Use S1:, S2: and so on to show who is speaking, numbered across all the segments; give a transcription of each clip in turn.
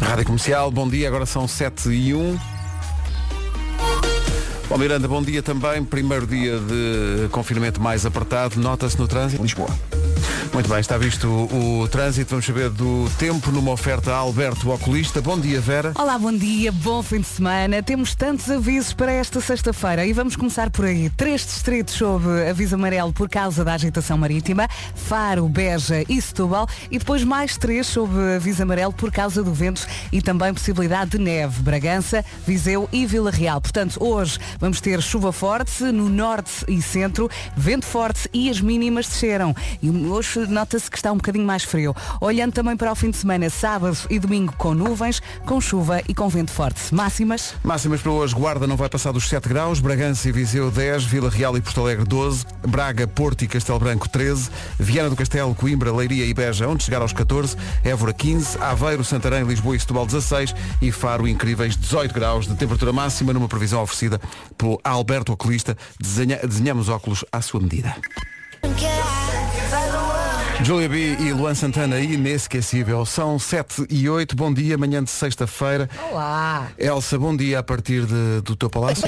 S1: Rádio Comercial, bom dia, agora são 7 e 1. Bom, Miranda, bom dia também. Primeiro dia de confinamento mais apertado. Nota-se no trânsito. Lisboa. Muito bem, está visto o, o trânsito. Vamos saber do tempo numa oferta a Alberto Oculista. Bom dia, Vera.
S2: Olá, bom dia, bom fim de semana. Temos tantos avisos para esta sexta-feira e vamos começar por aí. Três distritos sob aviso amarelo por causa da agitação marítima, Faro, Beja e Setúbal e depois mais três sob aviso amarelo por causa do vento e também possibilidade de neve, Bragança, Viseu e Vila Real. Portanto, hoje vamos ter chuva forte no norte e centro, vento forte e as mínimas desceram. E hoje nota-se que está um bocadinho mais frio. Olhando também para o fim de semana, sábado e domingo com nuvens, com chuva e com vento forte. Máximas?
S1: Máximas para hoje. Guarda não vai passar dos 7 graus. Bragança e Viseu 10. Vila Real e Porto Alegre 12. Braga, Porto e Castelo Branco 13. Viana do Castelo, Coimbra, Leiria e Beja onde chegar aos 14. Évora 15. Aveiro, Santarém, Lisboa e Setúbal 16. E Faro, incríveis 18 graus de temperatura máxima numa previsão oferecida pelo Alberto Oculista. Desenha- desenhamos óculos à sua medida. Julia B e Luan Santana, inesquecível. São 7 e 8. Bom dia, manhã de sexta-feira.
S2: Olá!
S1: Ah. Elsa, bom dia a partir de- do teu palácio.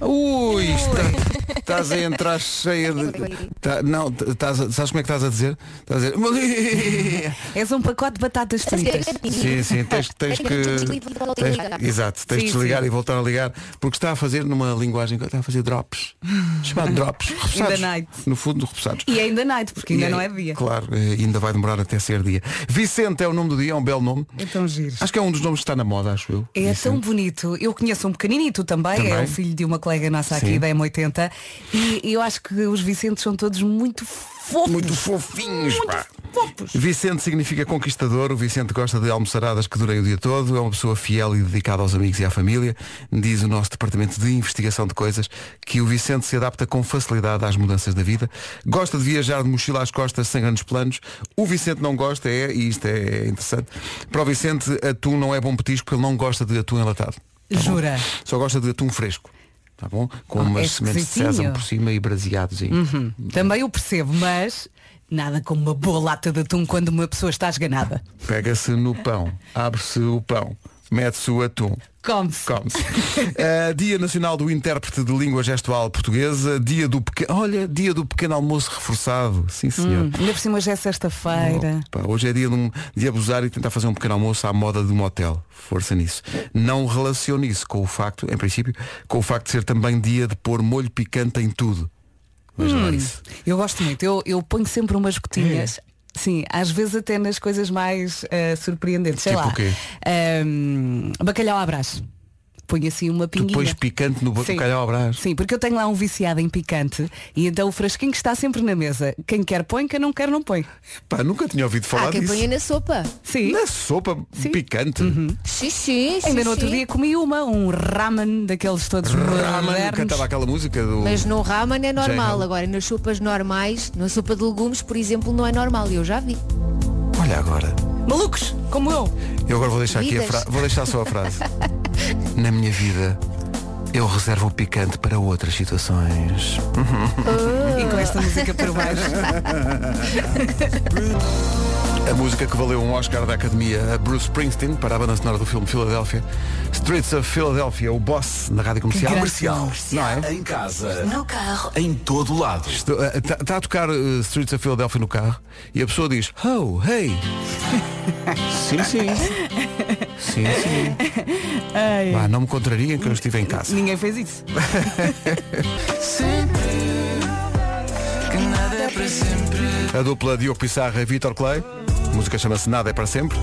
S1: Ui, está- estás a entrar cheia de. tá- não, t- estás a- sabes como é que estás a dizer? Estás a dizer.
S2: És um pacote de batatas fritas.
S1: Sim, sim, tens, tens que. tens- exato, tens de
S2: Sim,
S1: desligar
S2: sim.
S1: e voltar a ligar, porque está a fazer numa linguagem que está a fazer drops. Chamado drops. repousados.
S2: night.
S1: No fundo, repousados.
S2: E ainda night, porque ainda
S1: E
S2: não
S1: aí,
S2: é dia.
S1: Claro, eh, ainda vai demorar até ser dia. Vicente é o nome do dia, é um belo nome.
S2: Então giro.
S1: Acho que é um dos nomes que está na moda, acho eu.
S2: É
S1: Vicente.
S2: tão bonito. Eu conheço um pequeninito também, é
S1: Também.
S2: o filho de uma colega nossa aqui
S1: Sim.
S2: da M80 e eu acho que os Vicentes são todos muito fofos.
S1: Muito fofinhos, pá.
S2: fofos.
S1: Vicente significa conquistador, o Vicente gosta de almoçaradas que durem o dia todo, é uma pessoa fiel e dedicada aos amigos e à família, diz o nosso departamento de investigação de coisas que o Vicente se adapta com facilidade às mudanças da vida, gosta de viajar de mochila às costas sem grandes planos, o Vicente não gosta, é, e isto é interessante, para o Vicente atum não é bom petisco porque ele não gosta de atum enlatado. Tá bom?
S2: Jura?
S1: Só gosta de atum fresco. Tá bom? Com
S2: Ah, é
S1: umas sementes de
S2: esquisitinho.
S1: sésamo por cima e braseados. e-
S2: Uhum. Também eu percebo, mas nada como uma boa lata de atum quando uma pessoa está esganada.
S1: Pega-se no pão, abre-se o pão, mete-se o atum.
S2: Come-se.
S1: Come-se. Uh, dia Nacional do Intérprete de Língua Gestual Portuguesa, dia do pequeno. Olha, dia do pequeno almoço reforçado. Sim, senhor.
S2: Hum, Ainda por cima hoje é sexta-feira.
S1: Pá, hoje é dia de, um- de abusar e tentar fazer um pequeno almoço à moda de um hotel. Força nisso. Não relaciono isso com o facto, em princípio, com o facto de ser também dia de pôr molho picante em tudo. Veja lá isso.
S2: Hum.
S1: É?
S2: Eu gosto muito. Eu, eu ponho sempre umas gotinhas. Sim, às vezes até nas coisas mais ah, surpreendentes. Sei
S1: Tipo
S2: lá.
S1: o quê?
S2: Ahm, bacalhau à brás. Ponho assim uma
S1: Tu
S2: pinguinha.
S1: pões picante no
S2: Sim.
S1: bacalhau à brás.
S2: Sim, porque eu tenho lá um viciado em picante e então o frasquinho que está sempre na mesa. Quem quer põe, quem não quer não põe.
S1: Pá, nunca tinha ouvido falar
S3: Há quem
S1: disso.
S3: ponha na sopa.
S2: Sim.
S1: Na sopa
S2: Sim. Uhum.
S1: picante.
S3: Xixi, xixi.
S2: Ainda no outro dia comi uma, um ramen daqueles todos
S1: Raman
S2: modernos.
S1: cantava aquela música do.
S3: Mas no ramen é normal.
S1: Jane.
S3: Agora, nas sopas normais, na sopa de legumes, por exemplo, não é normal. Eu já vi.
S1: Olha agora.
S2: Malucos, como eu.
S1: Eu agora vou deixar aqui a
S3: Vidas.
S1: frase. Vou deixar só a frase. Na minha vida, eu reservo o picante para outras situações.
S3: Uh.
S1: Ah.
S2: E com esta música por baixo.
S1: A música que valeu um Oscar da Academia a Bruce Springsteen para a banda sonora do filme Filadélfia. Streets of Philadelphia, o boss na rádio comercial.
S2: grande
S1: comercial. Não é?
S4: Em casa. No carro. Em todo lado.
S1: Está eh, a tocar eh, Streets of Philadelphia no carro e a pessoa diz, oh, hey. sim, sim. Sim, sim. Vá, não me contrariem que eu estive em casa.
S2: Ninguém fez isso.
S1: é A dupla Diogo Pissarra e Vitor Clay. A música chama-se Nada é para sempre.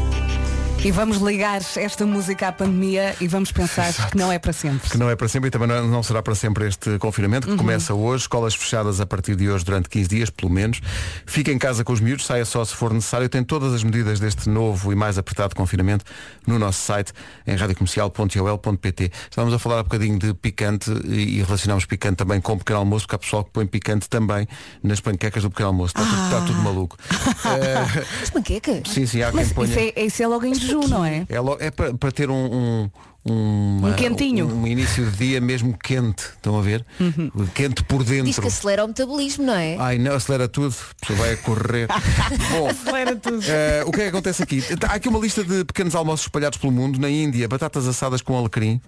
S2: E vamos ligar esta música à pandemia e vamos pensar que não é para sempre.
S1: Que não é para sempre e também não não será para sempre este confinamento que começa hoje. Escolas fechadas a partir de hoje durante 15 dias, pelo menos. Fique em casa com os miúdos, saia só se for necessário. Tem todas as medidas deste novo e mais apertado confinamento no nosso site em radiocomercial.ol.pt. Estávamos a falar há bocadinho de picante e e relacionámos picante também com o pequeno almoço, porque há pessoal que põe picante também nas panquecas do pequeno almoço. Está, tudo, está tudo maluco. Eh,
S3: As panquecas.
S1: sim, sim, há quem
S2: Mas
S1: ponha.
S2: isso é, isso é logo em jejum, não é?
S1: É, lo- é para, para ter um, um- uma-
S2: Um quentinho.
S1: Um início de dia mesmo quente, estão a ver? Quente por
S3: Diz
S1: dentro.
S3: que acelera o metabolismo, não é?
S1: Ai não, acelera tudo, a pessoa vai a correr. Ah, Bom,
S2: Acelera tudo.
S1: eh, o que é que acontece aqui? Há aqui uma lista de pequenos almoços espalhados pelo mundo, na Índia, batatas assadas com alecrim,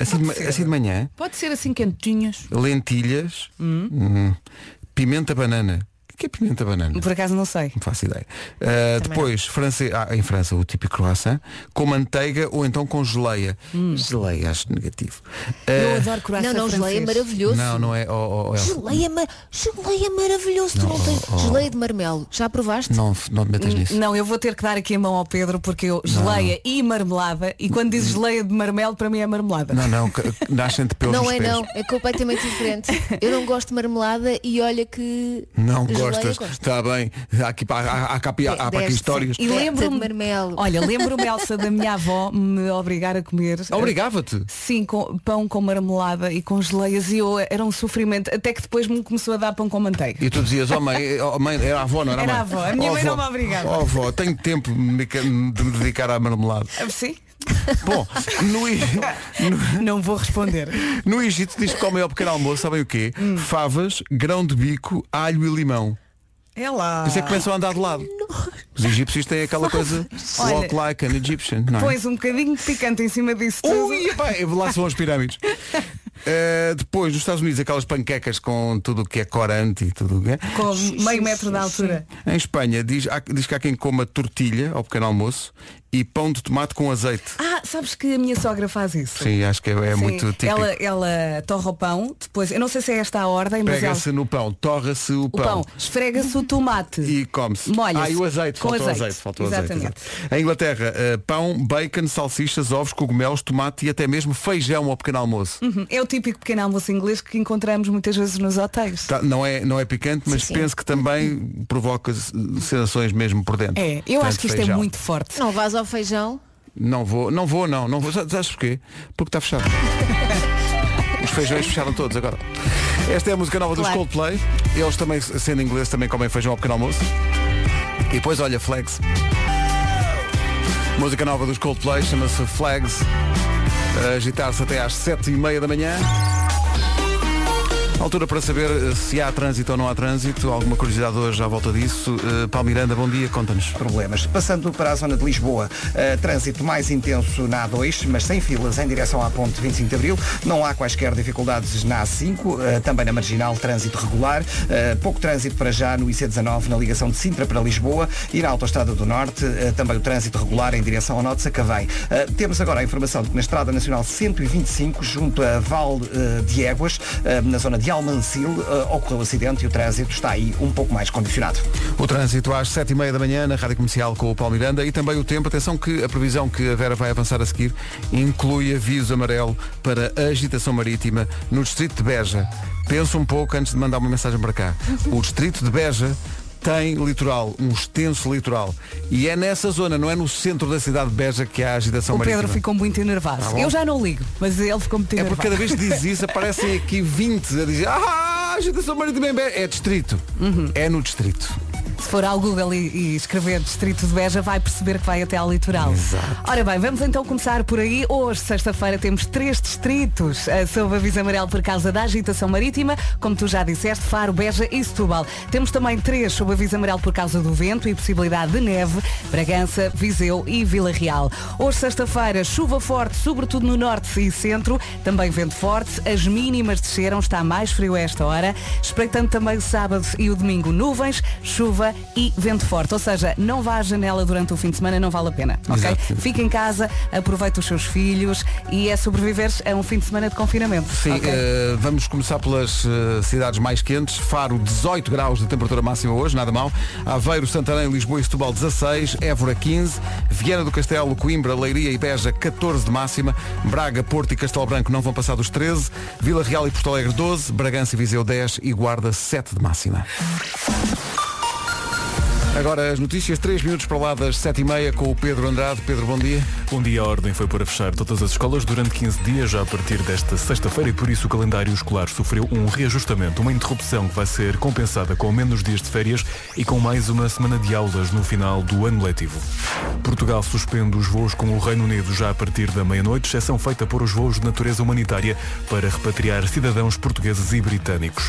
S1: assim, de, ma- assim de manhã,
S2: Pode ser assim quentinhas.
S1: lentilhas, hum, pimenta banana. O que é pimenta banana?
S2: Por acaso não sei.
S1: Não faço ideia. Uh, depois, França, ah, em França, o típico croissant, com manteiga ou então com geleia. Geleia, acho negativo.
S2: Hum. Eu
S1: Uh,
S2: adoro croissant
S3: Não, não, geleia é
S2: francês.
S3: maravilhoso.
S1: não, não é. oh, oh, Elsa,
S3: Geleia, ma... geleia é maravilhoso. Tu não tens
S1: oh,
S3: geleia É de marmelo. Já provaste?
S1: não, não te metas nisso.
S2: Não, eu vou ter que dar aqui a mão ao Pedro porque eu geleia e marmelada e quando diz geleia de marmelo para mim é marmelada.
S1: Não, não, que- que nascem de pelos
S3: Não
S1: nos
S3: é
S1: pés.
S3: não, é completamente diferente. Eu não gosto de marmelada e olha que
S1: Não
S3: geleia
S1: gostas.
S3: gosto.
S1: Está bem. Há, aqui, pá- há, há, cá- há, há para aqui
S3: Deste,
S1: histórias.
S3: sim.
S2: E
S3: Torta
S2: lembro-me
S3: de marmelo.
S2: Olha, lembro-me Elsa da minha avó me obrigar a comer. eh,
S1: Obrigava-te.
S2: Sim, com pão com marmelada e com geleias e eu era um sofrimento, até que depois me começou a dar pão com manteiga.
S1: E tu dizias, oh mãe, oh, mãe era a avó, não era a mãe?
S2: Era a avó. A minha
S1: Oh,
S2: mãe não
S1: avó.
S2: me obrigava.
S1: Oh avó, tenho tempo de me de me dedicar à marmelada.
S2: Ah, Sim?
S1: Bom, no, I- no,
S2: Não vou responder. Hum.
S1: No Egito diz que comem ao pequeno almoço, sabem o quê? Favas, grão de bico, alho e limão.
S2: É lá.
S1: Por isso é que começam a andar de lado. Os egípcios têm aquela coisa
S2: Olha.
S1: walk like an Egyptian, não é?
S2: Pões um bocadinho de picante em cima disso tudo.
S1: Ui, é pá, lá são as pirâmides. Uh, depois, nos Estados Unidos, aquelas panquecas com tudo o que é corante e tudo o que é.
S2: Com meio metro de altura.
S1: Em Espanha, diz, há- diz que há quem coma tortilha ao pequeno almoço e pão de tomate com azeite.
S2: Ah, sabes que a minha sogra faz isso?
S1: Sim, acho que é, é
S2: Sim,
S1: muito típico.
S2: Ela, ela torra o pão, depois, eu não sei se é esta a ordem, mas ela,
S1: Pega-se no pão, torra-se o
S2: o
S1: pão.
S2: pão, esfrega-se o tomate.
S1: e come-se.
S2: Molha-se.
S1: Ah, e o azeite,
S2: Com
S1: faltou
S2: azeite.
S1: azeite. faltou
S2: Exatamente.
S1: azeite. exato. Em Inglaterra, eh, pão, bacon, salsichas, ovos, cogumelos, tomate e até mesmo feijão ao pequeno almoço.
S2: Uhum. É o típico pequeno almoço inglês que encontramos muitas vezes nos hotéis.
S1: Tá, não, é, não é picante, mas
S3: Sim, sim.
S1: penso que também provoca eh, sensações mesmo por dentro.
S2: É, eu acho
S1: Portanto,
S2: que isto é
S1: feijão.
S2: muito forte.
S3: Não vás ao feijão.
S1: Não vou, não vou, não, não vou. Sa- Sabes porquê? Porque está fechado. Os feijões fecharam todos agora. Esta é a música nova
S3: Claro.
S1: dos Coldplay. Eles também, sendo ingleses, também comem feijão ao pequeno almoço. E depois, olha, Flags. Música nova dos Coldplay chama-se Flags. A Agitar-se até às sete e meia da manhã. Altura para saber eh, se há trânsito ou não há trânsito. Alguma curiosidade hoje à volta disso. Eh, Paulo Miranda, bom dia, conta-nos.
S5: problemas. Passando para a zona de Lisboa, eh, trânsito mais intenso na A2, mas sem filas em direção à ponte 25 de Abril. Não há quaisquer dificuldades na A5, eh, também na marginal, trânsito regular. Eh, pouco trânsito para já no IC19, na ligação de Sintra para Lisboa e na Autostrada do Norte, eh, também o trânsito regular em direção ao Norte de Sacavém. Eh, temos agora a informação de que na Estrada Nacional 125, junto a Val eh, de Éguas, eh, na zona de Almancil, eh, ocorreu acidente e o trânsito está aí um pouco mais condicionado.
S1: O trânsito às 7h30 da manhã na Rádio Comercial com o Paulo Miranda e também o tempo. Atenção que a previsão que a Vera vai avançar a seguir inclui aviso amarelo para a agitação marítima no distrito de Beja. Pensa um pouco antes de mandar uma mensagem para cá. O distrito de Beja tem litoral, um extenso litoral. E é nessa zona, não é no centro da cidade de Beja que há a agitação
S2: O
S1: marítima.
S2: Pedro ficou muito enervado.
S1: Tá bom.
S2: eu já não ligo, mas ele ficou muito
S1: É
S2: enervado.
S1: porque cada vez que dizes isso aparecem aqui 20 a dizer Ah, agitação marítima em Beja. É distrito.
S2: Uhum.
S1: É no distrito.
S2: Se for ao Google e, e escrever Distrito de Beja, vai perceber que vai até ao litoral. Ora bem, vamos então começar por aí. Hoje, sexta-feira, temos três distritos eh, sob aviso amarelo por causa da agitação marítima, como tu já disseste, Faro, Beja e Setúbal. Temos também três sob aviso amarelo por causa do vento e possibilidade de neve, Bragança, Viseu e Vila Real. Hoje, sexta-feira, chuva forte, sobretudo no norte e centro, também vento forte, as mínimas desceram, está mais frio a esta hora, espreitando também o sábado e o domingo nuvens, chuva e vento forte. Ou seja, não vá à janela durante o fim de semana, não vale a pena. ok?
S1: Exato.
S2: Fica em casa, aproveita os seus filhos e é sobreviver a um fim de semana de confinamento.
S1: Sim,
S2: ok?
S1: eh, vamos começar pelas eh, cidades mais quentes. Faro, 18 graus de temperatura máxima hoje, nada mal. Aveiro, Santarém, Lisboa e Setúbal, 16. Évora, 15. Viana do Castelo, Coimbra, Leiria e Beja, 14 de máxima. Braga, Porto e Castelo Branco não vão passar dos 13. Vila Real e Porto Alegre, 12. Bragança e Viseu, 10. E Guarda, 7 de máxima. Agora as notícias, 3 minutos para lá das 7h30 com o Pedro Andrade. Pedro, bom dia.
S6: Um dia a ordem foi para fechar todas as escolas durante 15 dias já a partir desta sexta-feira e por isso o calendário escolar sofreu um reajustamento, uma interrupção que vai ser compensada com menos dias de férias e com mais uma semana de aulas no final do ano letivo. Portugal suspende os voos com o Reino Unido já a partir da meia-noite, exceção feita por os voos de natureza humanitária para repatriar cidadãos portugueses e britânicos.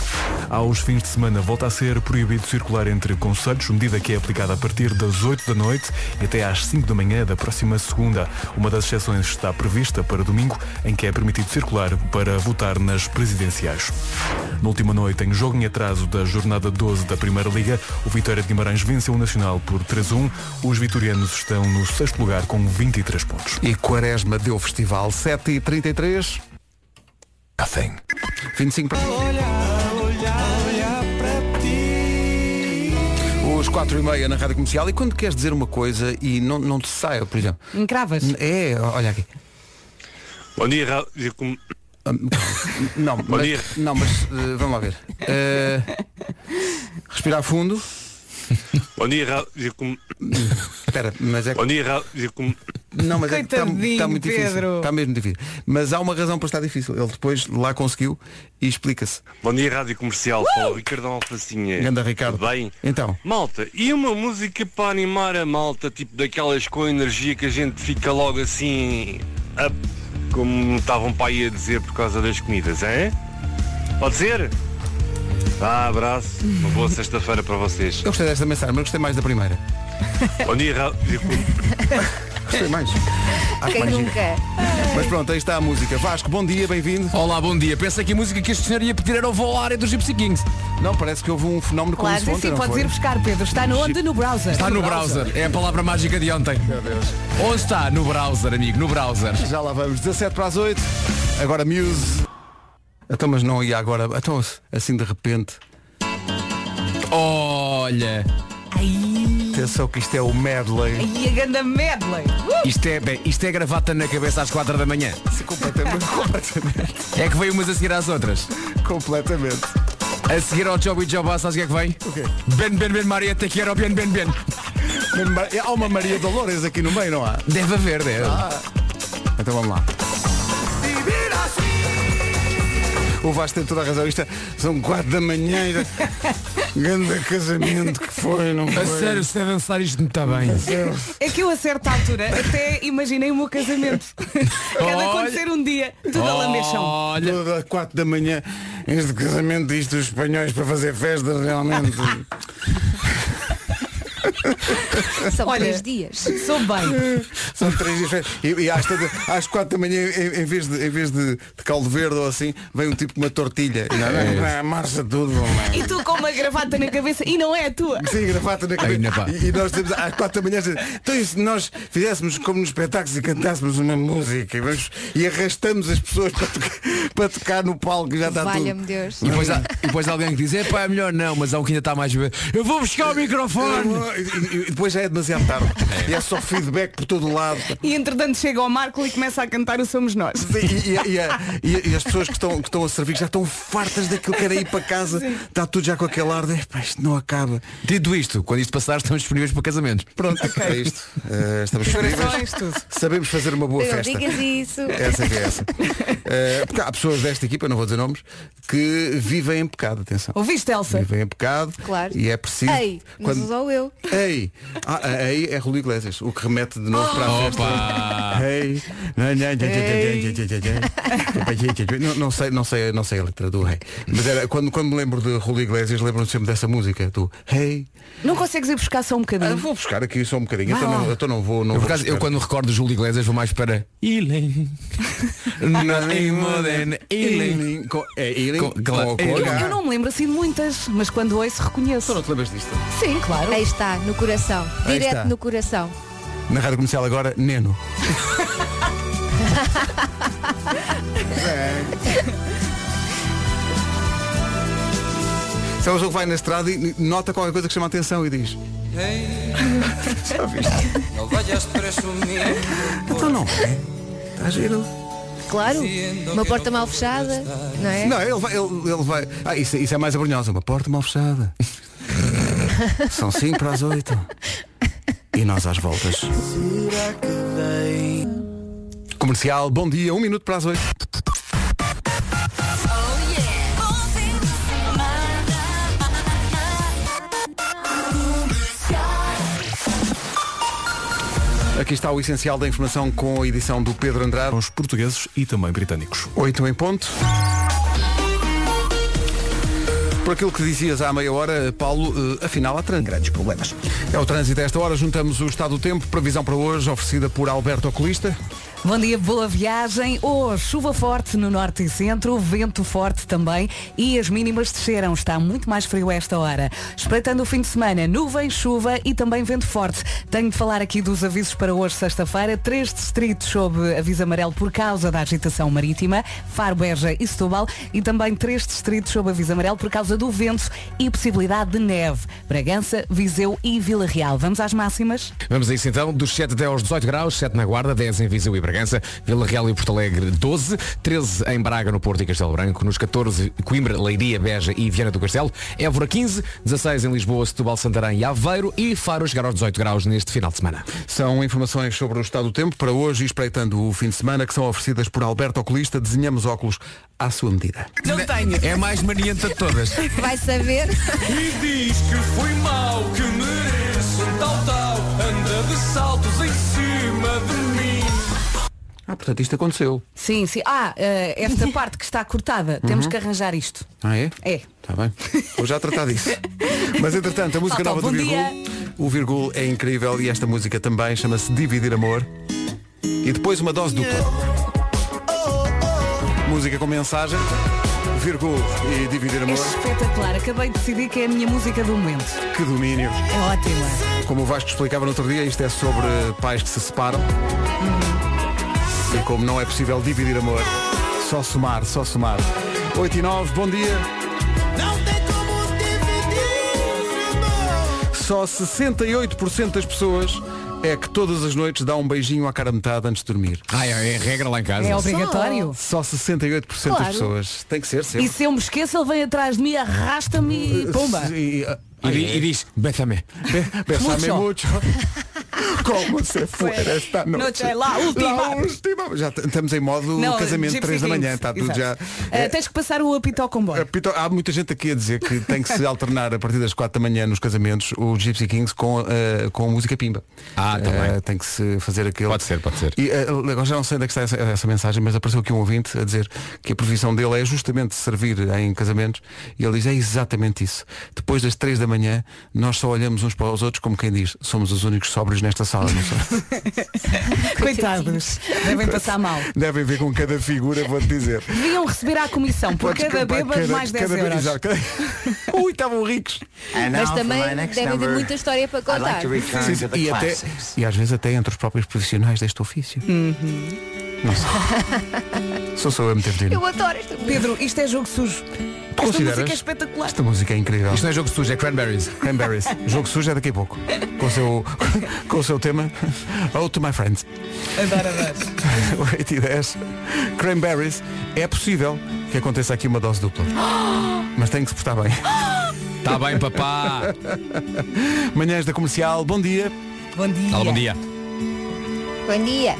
S6: Aos fins de semana volta a ser proibido circular entre conselhos, medida que é aplicada a partir das 8 da noite e até às 5 da manhã da próxima segunda. Uma das exceções está prevista para domingo, em que é permitido circular para votar nas presidenciais. Na última noite, em jogo em atraso da jornada 12 da Primeira Liga, o Vitória de Guimarães venceu o Nacional por 3-1. Os vitorianos estão no sexto lugar com 23 pontos.
S1: E Quaresma deu festival 7h33.
S6: Nothing.
S1: 25 para. Os 4 e meia na rádio comercial. E quando queres dizer uma coisa e não, não te saia, por exemplo.
S2: Encravas.
S1: É, olha aqui.
S7: Bom dia, rádio. Com-
S1: Ah, Não,
S7: dia.
S1: mas, não, mas eh, vamos lá ver. Eh, respirar fundo.
S7: Bom dia, rádio. Com-
S1: Espera, mas é que.
S7: Bom dia, rádio. Com-
S1: Não, mas é que está
S2: Coitadinho,
S1: está muito difícil.
S2: Pedro.
S1: Está mesmo difícil. Mas há uma razão para estar difícil. Ele depois lá conseguiu e explica-se.
S7: Bom dia, rádio comercial. Fala o Ricardo Alfacinha.
S1: Ganda Ricardo.
S7: Tudo Bem.
S1: Então.
S7: Malta, e uma música para animar a malta, tipo daquelas com energia que a gente fica logo assim. Up, como estavam para aí a dizer por causa das comidas, hein? Pode ser? Ah, abraço. Uma boa sexta-feira para vocês.
S1: Eu gostei desta mensagem, mas gostei mais da primeira.
S7: Bom dia, rádio. Com-
S1: Gostei mais. Acho
S3: Quem
S1: mais giro.
S3: nunca?
S1: Mas pronto, aí está a música. Vasco, bom dia, bem-vindo.
S8: Olá, bom dia. Pensei que a música que este senhor ia pedir era o Voar é dos Gypsy Kings.
S1: Não, parece que houve um fenómeno com
S2: Claro,
S1: isso
S2: sim,
S1: ontem,
S2: sim,
S1: não
S2: podes
S1: foi?
S2: ir buscar, Pedro. Está no onde? No browser.
S8: Está no browser. É a palavra mágica de ontem. Onde está? No browser, amigo, no browser.
S1: Já lá vamos, 17 para as 8. Agora Muse. Então, mas não ia agora. Então, assim de repente.
S8: Olha.
S1: Atenção que isto é o medley.
S2: E a ganda medley. Uh!
S8: Isto é, bem, isto é gravata na cabeça às quatro da manhã.
S1: Sim, é completamente, completamente.
S8: É que veio umas a seguir às outras.
S1: Completamente.
S8: A seguir ao Job e Job, sabes o que é que vem?
S1: O quê?
S8: Ben, Ben, Ben, Marieta, que era o Ben, Ben, Ben.
S1: Há uma Maria Dolores aqui no meio, não há? Ah.
S8: Deve haver, deve.
S1: Então vamos lá. Ah, O Vasco tem toda a razão. Isto é- são 4 da manhã. e já- Grande casamento que foi, não foi?
S8: A sério, se dançar isto não está bem.
S2: É que eu a certa altura até imaginei o meu casamento. Cada
S8: Olha.
S2: acontecer um dia, tudo a lamechão.
S8: Olha.
S1: Toda às 4 da manhã, este casamento, isto os espanhóis para fazer festa realmente.
S3: São
S2: Olha.
S3: três dias.
S2: Sou bem.
S1: São três dias de festa. E, e às, tantas- às 4 da manhã, em, em vez, de, em vez de, de caldo verde ou assim, vem um tipo com uma tortilha. E Não,
S8: É
S1: não, não, marcha tudo, mano.
S2: E tu com uma gravata na cabeça e não é a tua.
S1: Sim, gravata na
S8: Ai, na
S1: cabeça.
S8: pá.
S1: E, e nós temos às quatro da manhã. Então e se nós fizéssemos como nos espetáculos e cantássemos uma música e, vamos- e arrastamos as pessoas para, toca- para tocar no palco já está
S3: Valha-me
S1: tudo.
S3: Deus.
S8: E depois, há, e depois há alguém que diz, é pá, é melhor não, mas há um que ainda está mais. Eu vou buscar o microfone!
S1: E, e- e depois já é demasiado tarde. E é só feedback por todo o lado.
S2: E entretanto chega ao Marco e começa a cantar o Somos Nós.
S1: E, e- e- e a- e- e as pessoas que estão, que estão a servir já estão fartas daquilo que era ir para casa. Está tudo já com aquele ar de "Epá, isto não acaba.
S8: Dito isto, quando isto passar, estamos disponíveis para casamentos.
S1: Pronto, é isto. Eh, estamos
S2: Corações,
S1: disponíveis.
S2: tudo.
S1: Sabemos fazer uma boa
S3: é Não
S1: festa.
S3: digas isso.
S1: Essa que é essa. Eh, porque há pessoas desta equipa, não vou dizer nomes, que vivem em pecado, atenção.
S2: Ouviste, Elsa?
S1: Vivem em pecado
S3: Claro.
S1: e é preciso.
S3: Ei, mas usou eu.
S1: Ei! Ah, ah, ei é Rui Iglesias, o que remete de novo para a festa. Ei! Não, não sei, não sei, não sei a letra do rei. Mas era quando, quando me lembro de Rui Iglesias, lembro-me sempre dessa música do Hey.
S2: Não consegues ir buscar só um
S1: Ah,
S2: bocadinho?
S1: vou buscar aqui só um bocadinho.
S2: Vai
S1: Então
S2: lá.
S1: não, então não vou. Não
S8: Eu,
S1: vou
S8: por acaso, eu
S1: buscar.
S8: quando recordo Júlio Iglesias vou mais para Ilem. Nothing more than Ilem.
S1: Ealing. Com- É Ealing.
S8: Com- claro.
S1: com- com
S2: Eu,
S1: H.
S2: eu não me lembro assim de muitas, mas quando ouço reconheço.
S1: Não te lembras disto?
S2: Sim, claro.
S3: Aí está, no coração.
S1: Aí
S3: Direto
S1: está.
S3: no coração.
S1: Na rádio comercial agora, Neno. Se é uma pessoa que vai na estrada e nota qualquer coisa que chama a atenção e diz. Já viste?
S9: No vayas presumiendo,
S1: Então não. Está giro.
S3: Claro. Uma porta mal fechada, não é?
S1: Não, ele vai. Ele, ele vai... Ah, isso, isso é mais abrunhosa. Uma porta mal fechada. São 5 para as 8. E nós às voltas. Comercial, bom dia, um minuto para as 8. Aqui está o essencial da informação com a edição do Pedro Andrade.
S6: Os portugueses e também britânicos.
S1: 8 em ponto. Por aquilo que dizias há meia hora, Paulo, eh, afinal há trânsito.
S5: Grandes problemas.
S1: É o trânsito a esta hora, juntamos o estado do tempo, previsão para hoje, oferecida por Alberto Oculista.
S2: Bom dia, boa viagem. Hoje, chuva forte no norte e centro, vento forte também e as mínimas desceram. Está muito mais frio a esta hora. Espreitando o fim de semana, nuvem, chuva e também vento forte. Tenho de falar aqui dos avisos para hoje, sexta-feira. Três distritos sob aviso amarelo por causa da agitação marítima, Faro, Beja e Setúbal. E também três distritos sob aviso amarelo por causa do vento e possibilidade de neve. Bragança, Viseu e Vila Real. Vamos às máximas?
S8: Vamos a isso então, dos 7 até aos 18 graus, 7 na Guarda, 10 em Viseu e Bragança, Vila Real e Porto Alegre 12, 13 em Braga, no Porto e Castelo Branco, nos 14 Coimbra, Leiria, Beja e Viana do Castelo, Évora 15, 16 em Lisboa, Setúbal, Santarém e Aveiro e Faro a chegar aos 18 graus neste final de semana.
S1: São informações sobre o estado do tempo para hoje e espreitando o fim de semana que são oferecidas por Alberto Oculista. Desenhamos óculos à sua medida.
S10: Não tenho.
S8: É a mais manienta de todas.
S3: Vai saber.
S9: E diz que fui mau, que mereço um tal tal. Anda de saltos em cima de mim.
S1: Ah, portanto, isto aconteceu.
S2: Sim, sim. Ah, eh, esta parte que está cortada, temos
S1: Uhum.
S2: que arranjar isto.
S1: Ah, é?
S2: É.
S1: Está bem. Vou já tratar disso. Mas, entretanto, Então a música
S2: Faltou
S1: nova do
S2: bom
S1: Virgul,
S2: dia.
S1: o Virgul é incrível e esta música também chama-se Dividir Amor. E depois uma dose dupla. Música com mensagem. Virgul e Dividir
S2: É
S1: Amor.
S2: espetacular. Acabei de decidir que é a minha música do momento.
S1: Que domínio.
S2: É ótima.
S1: Como o Vasco explicava no outro dia, isto é sobre pais que se separam. E como não é possível dividir amor, só somar, só somar. 8 e 9, bom dia. Só 68% das pessoas é que todas as noites dá um beijinho à cara metade antes de dormir.
S8: Ai, ai, é regra lá em casa.
S2: É obrigatório.
S1: Só 68% das
S3: Claro.
S1: pessoas. Tem que ser sempre.
S2: E se eu me esqueço, ele vem atrás de mim, arrasta-me e pumba.
S1: E, ah,
S8: E, di- e diz, bésame.
S1: Besame
S2: Mucho.
S1: mucho. Como se for esta noite.
S2: Noche, la última.
S1: La última. Já t- estamos em modo
S2: Não,
S1: casamento
S2: Gypsy
S1: 3 da manhã.
S2: Kings,
S1: Está tudo
S2: exato.
S1: já.
S2: Eh, tens que passar o apito ao
S1: Eh,
S2: comboio.
S1: Pito, há muita gente aqui a dizer que tem que se alternar a partir das 4 da manhã nos casamentos o Gypsy Kings com, eh, com música pimba.
S8: Ah, tá
S1: Eh,
S8: bem.
S1: Tem que se fazer aquilo.
S8: Pode ser, pode ser.
S1: E, eh, agora já não sei onde é que está essa, essa mensagem, mas apareceu aqui um ouvinte a dizer que a profissão dele é justamente servir em casamentos e ele diz, é exatamente isso. Depois das 3 da manhã, nós só olhamos uns para os outros como quem diz, somos os únicos sóbrios nesta sala, não sei.
S2: Coitados. Devem passar mal.
S1: Devem ver com cada figura, vou-te dizer.
S2: Deviam receber à comissão por
S1: Podes
S2: cada
S1: comprar
S2: bêbado mais 10
S1: cada-
S2: euros.
S1: exato, cada- Ui, estavam ricos.
S3: Mas também deve haver muita história para contar.
S1: Sim, sim, e, até, e às vezes até entre os próprios profissionais deste ofício.
S2: Uhum.
S1: Não sei. Sou só eu a meter dinheiro.
S3: Eu adoro esta música.
S2: Pedro, isto é jogo sujo. Esta
S1: Consideras?
S2: música é espetacular.
S1: Esta música é incrível.
S8: Isto não é jogo sujo, é cranberries.
S1: Cranberries. Jogo sujo é daqui a pouco. Com o seu, com o seu tema. Oh to my friends.
S2: Adoro, adoro.
S1: 8 e 10. Cranberries. É possível que aconteça aqui uma dose dupla. Mas tem que se portar bem.
S8: Está Tá bem, papá.
S1: Manhãs da comercial, bom dia.
S2: Bom dia.
S8: Olá, Tá bom dia.
S3: Bom dia.